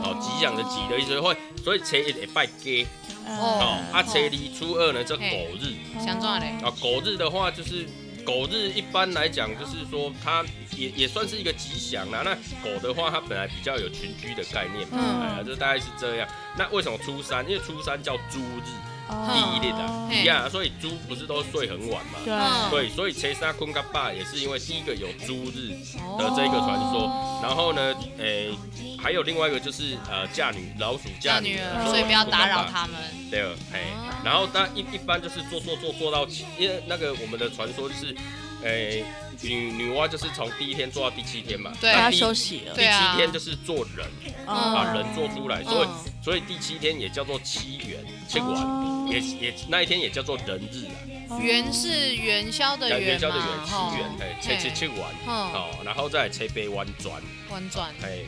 哦，吉祥的吉的意思会，所以初一礼拜鸡，嗯哦哦，啊初二初二呢叫狗嘿日，嗯想撞嘞，啊狗日的话就是。狗日一般来讲，就是说它也也算是一个吉祥啦。那狗的话，它本来比较有群居的概念嘛，嗯哎呀，就大概是这样。那为什么初三？因为初三叫猪日，第一日啊，哦嘿一样啊，所以猪不是都睡很晚嘛？哦对嗯对，所以切沙昆嘎巴也是因为第一个有猪日的的这个传说，哦然后呢，诶、还有另外一个就是呃嫁女老鼠嫁嫁女女儿，所以不要打扰。他们。对，哎、哦然后但一一般就是做做做做到七，因为那个我们的传说就是，诶、女女娲就是从第一天做到第七天嘛，对那要第休息了，第哦对啊七天就是做人，把嗯人做出来，所以、所以第七天也叫做七元，七晚、哦也也那一天也叫做人日啊。元是元宵的元元宵嘛，的元，吼七元，哎，切切，切完，嗯，好，然后再切杯弯转，弯转哎，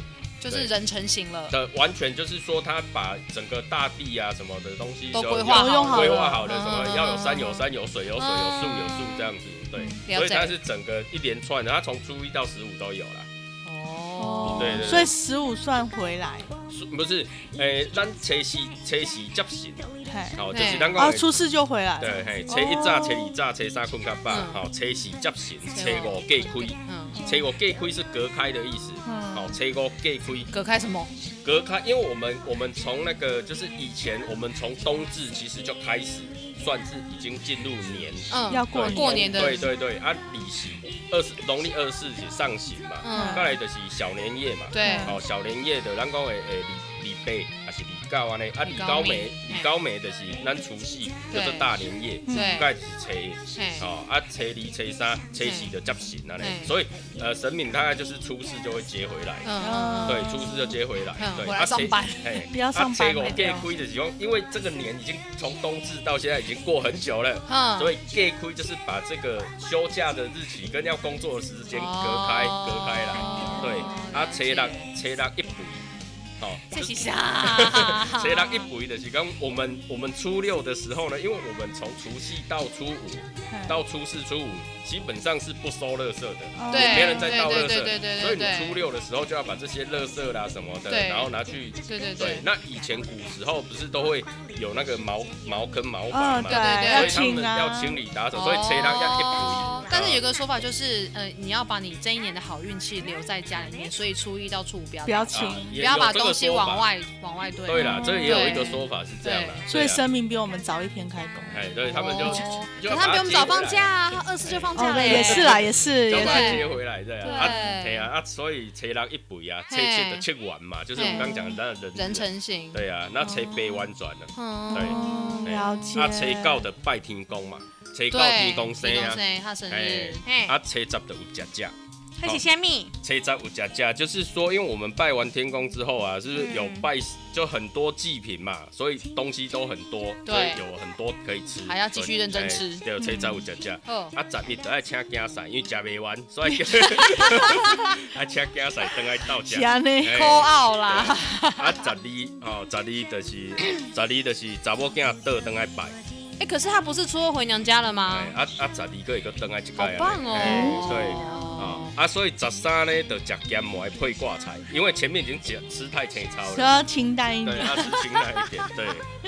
就是人成型了，的完全就是说他把整个大地啊什么的东西都就规划都用好好规了，划好了，什嗯么嗯要有嗯山有嗯山，有水有水，有树有树嗯这样子，对，了所以它解是整个一连串的，它从初一到十五都有啦。哦，对对对所以十五算回来，是不是，诶，咱切西切西接行，嘿，好，就是嘿咱讲啊，的初四就回来了，对，嘿，切一炸，切二炸，切三困甲饱，嗯好，切四接行，切切五隔开。嗯，切五隔开是隔开的意思，嗯好，切五隔开隔开什么？隔开，因为我们我们从那个就是以前我们从冬至其实就开始算是已经进入年，嗯，要对过年过年的，对对对啊，礼行二十农历二十四节上行嘛，嗯再来就是小年夜嘛，对哦小年夜的，咱讲诶诶礼礼拜还是礼告安尼，啊，李高梅，李高梅就是咱除夕叫做大年夜，对盖是初嘿，哦，啊，初二、初三、初四就接神安尼，嘿所以呃，神明大概就是初四就会接回来。嗯，对，初四就接回来，嗯对，回来啊上班，初 嘿，不要上班啊初五了 gay 亏的时候，因为这个年已经从冬至到现在已经过很久了，嗯所以 gay 亏就是把这个休假的日期跟要工作的时间隔开、哦隔开来，对，啊，初了六解初六一肥，哦，这就是是？啥 初六一肥的是讲我们我们初六的时候呢，因为我们从除夕到初五嗯到初四初五基本上是不收垃圾的，哦对没人再倒对垃对对对圾，对所以对你初六的时候就要把这些垃圾啊啦什么的，对然后拿去。对对对对，，那以前古时候不是都会有那个茅茅坑茅哦，房嘛，对对哦所要以他们请啊，要清理打扫，所以车辆要一补一。啊但是有个说法就是，呃，你要把你这一年的好运气留在家里面，所以初一到初五不要不要请，啊不也要把有这个东西说法往外往外堆。对啦，这个也有对一个说法是这样啦，所以对啊神明比我们早一天开工。哎，对他们就哦就可他比我们早放假啊，他二四就放假了耶。哦也是啦，也是，就也把它对是接回来这样啊，对对啊啊，所以车辆一补啊，车切的切完嘛，就是我们刚讲的那人人成型。对啊，那车北弯转了，嗯，对哦哎了解。啊，车告的拜天公嘛，车告对，天公生啊，他生哎日，，嘿啊，车十的有食食。还是虾 米？车站有加价，就是说，因为我们拜完天公之后啊，是有嗯拜就很多祭品嘛，所以东西都很多，对所以有很多可以吃，还要继续认真吃对，车站有加价。哦，啊，十日就爱请囝婿，因为食袂完，所以 啊请囝婿等来到是家。安尼，哎扣奥啦，啊，十二哦，十二就是 十二就是查某囝倒等来拜，哎，可是他不是初二回娘家了吗哎？啊啊十二个个等来一好拜，棒哎哦，对。啊、啊，所以十三呢，就食咸糜配挂菜，因为前面已经吃吃太清超所以了，要清淡一对，点。啊，吃清淡一点， 对，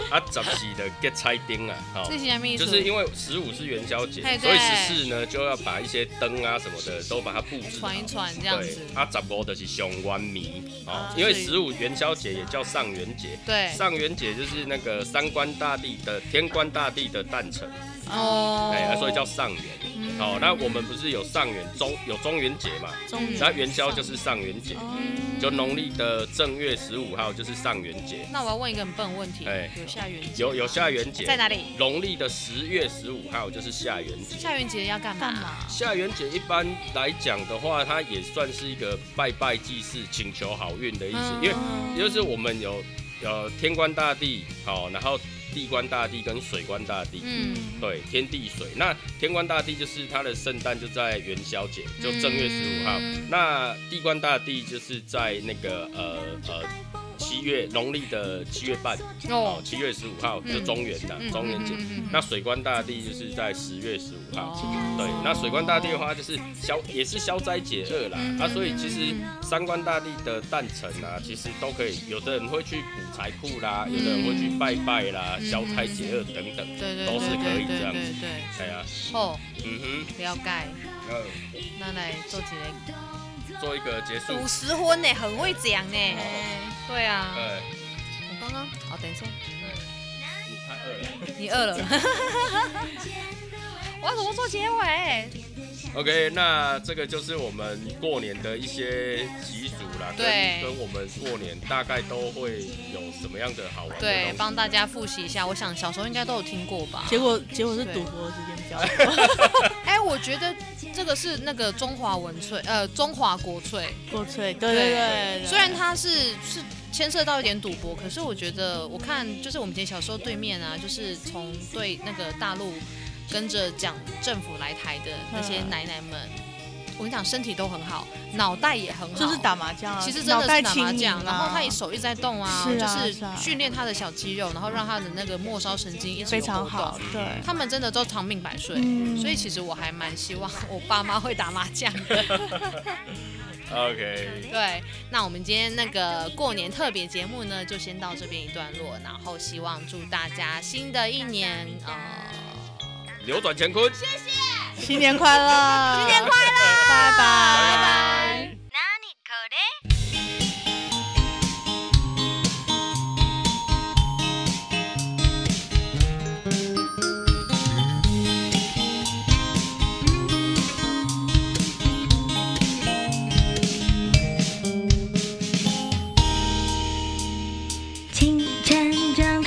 啊，十四的给菜丁啊，好、这是什么意思？就是因为十五是元宵节嘿，所以对十四呢就要把一些灯啊什么的都把它布置好传一传这样对子，啊，十五就是上元米哦啊，因为所以十五元宵节也叫上元节，对上元节就是那个三官大帝的天官大帝的诞辰，哦，嗯哎、啊所以叫上元。好、那我们不是有上元中有中元节嘛？中嗯哦那元宵就是上元节，就农历的正月十五号就是上元节，那我要问一个很笨的问题哎，有下元节吗有有下元节在哪里？农历的十月十五号就是下元节。下元节要干干嘛？嘛？下元节一般来讲的话，它也算是一个拜拜祭祀、请求好运的意思，嗯因为就是我们有呃天官大帝，好、然后地官大帝跟水官大帝，嗯，对，天地水。那天官大帝就是他的圣诞就在元宵节，就正月十五号。嗯那地官大帝就是在那个呃呃七月农历的七月半哦哦，，七月十五号就中元的、嗯中元节。嗯嗯嗯嗯那水官大帝就是在十月十五号。哦对，那水官大帝的话就是消，也是消灾解厄啦。嗯啊，所以其实嗯三官大帝的诞辰啊，其实都可以，有的人会去补财库啦，有的人会去拜拜啦，嗯消灾解厄等等。对对都是可对以对这样对对对，哎呀，哦，嗯不要盖，哼，呃，那来做几个做一个结束。五十分呢，很会讲呢。对啊，呃，我刚刚，好，等一下，你太饿了。你饿 了，我要怎么做结尾？ OK，那这个就是我们过年的一些习俗啦，跟对跟我们过年大概都会有什么样的好玩的对，东西帮大家复习一下，我想小时候应该都有听过吧。结果结果是赌博时间比 较多，哎，我觉得这个是那个中华文萃，呃，中华国粹，国粹，对对对。对虽然它是是牵涉到一点赌博，可是我觉得我看就是我们以前小时候对面啊，就是从对那个大陆跟着讲政府来台的那些嗯奶奶们，我跟你讲身体都很好，脑袋也很好，就是打麻将啊，其实真的脑是袋打清麻明将，啊然后他也手一直在动啊，是啊就是是啊训练他的小肌肉，然后让他的那个末梢神经一直非有活常动好，对。他们真的都长命百岁，所以其实我还蛮希望我爸妈会打麻将。 OK，对，那我们今天那个过年特别节目呢，就先到这边一段落，然后希望祝大家新的一年呃，扭转乾坤。新年快乐，新年快乐，拜拜，拜拜。清晨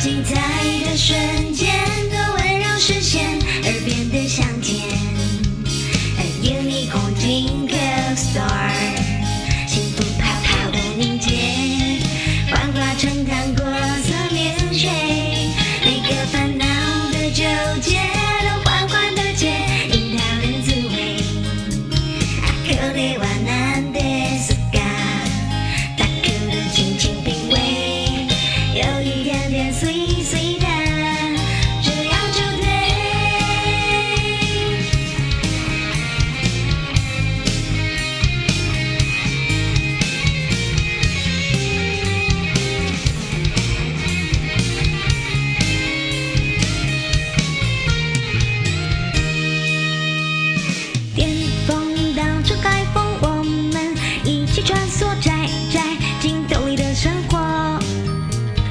精彩的瞬间，多温柔视线，耳边的相见。A unicorn twinkle star，幸福泡泡的凝结，幻化成糖果色棉絮，每个烦恼的纠结都缓缓地解，樱桃的滋味。これは何ですか？大口的轻轻品味。有一点点碎碎的，只要就对。巅峰到处开封，我们一起穿梭在在镜头里的生活。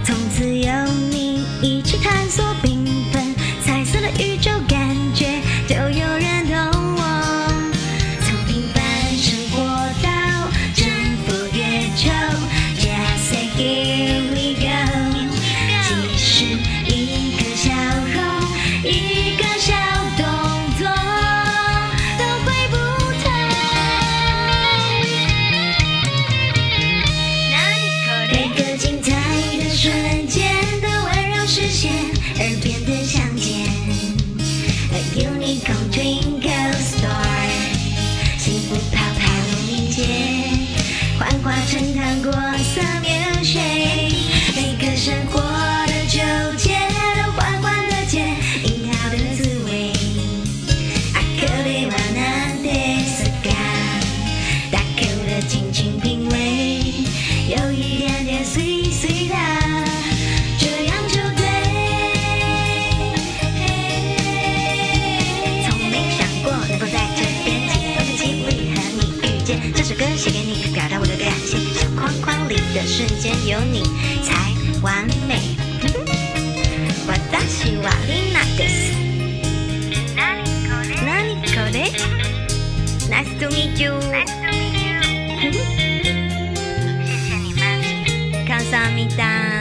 从此有你一起探索缤纷彩色的宇宙，感觉就有人懂我。从平凡生活到征服月球，Just say here we go。即使一个笑容，一个小动作，都会不同。每个精彩的瞬间都温柔视线，耳边的相见。A unicorn twinkle star，幸福泡泡凝结，幻化成糖果色棉絮，每个生活的纠结都缓缓地解，樱桃的滋味。あくれは何ですか？大口的轻轻品味，有一点点碎碎的，这样就对。从没想过能够在这边几分的机会和你遇见，这首歌写给你，表达我的感谢。小框框里的瞬间有你才完美。嗯私はリナです。何これ？何これ？Nice to meet you。感谢你们。感谢你们。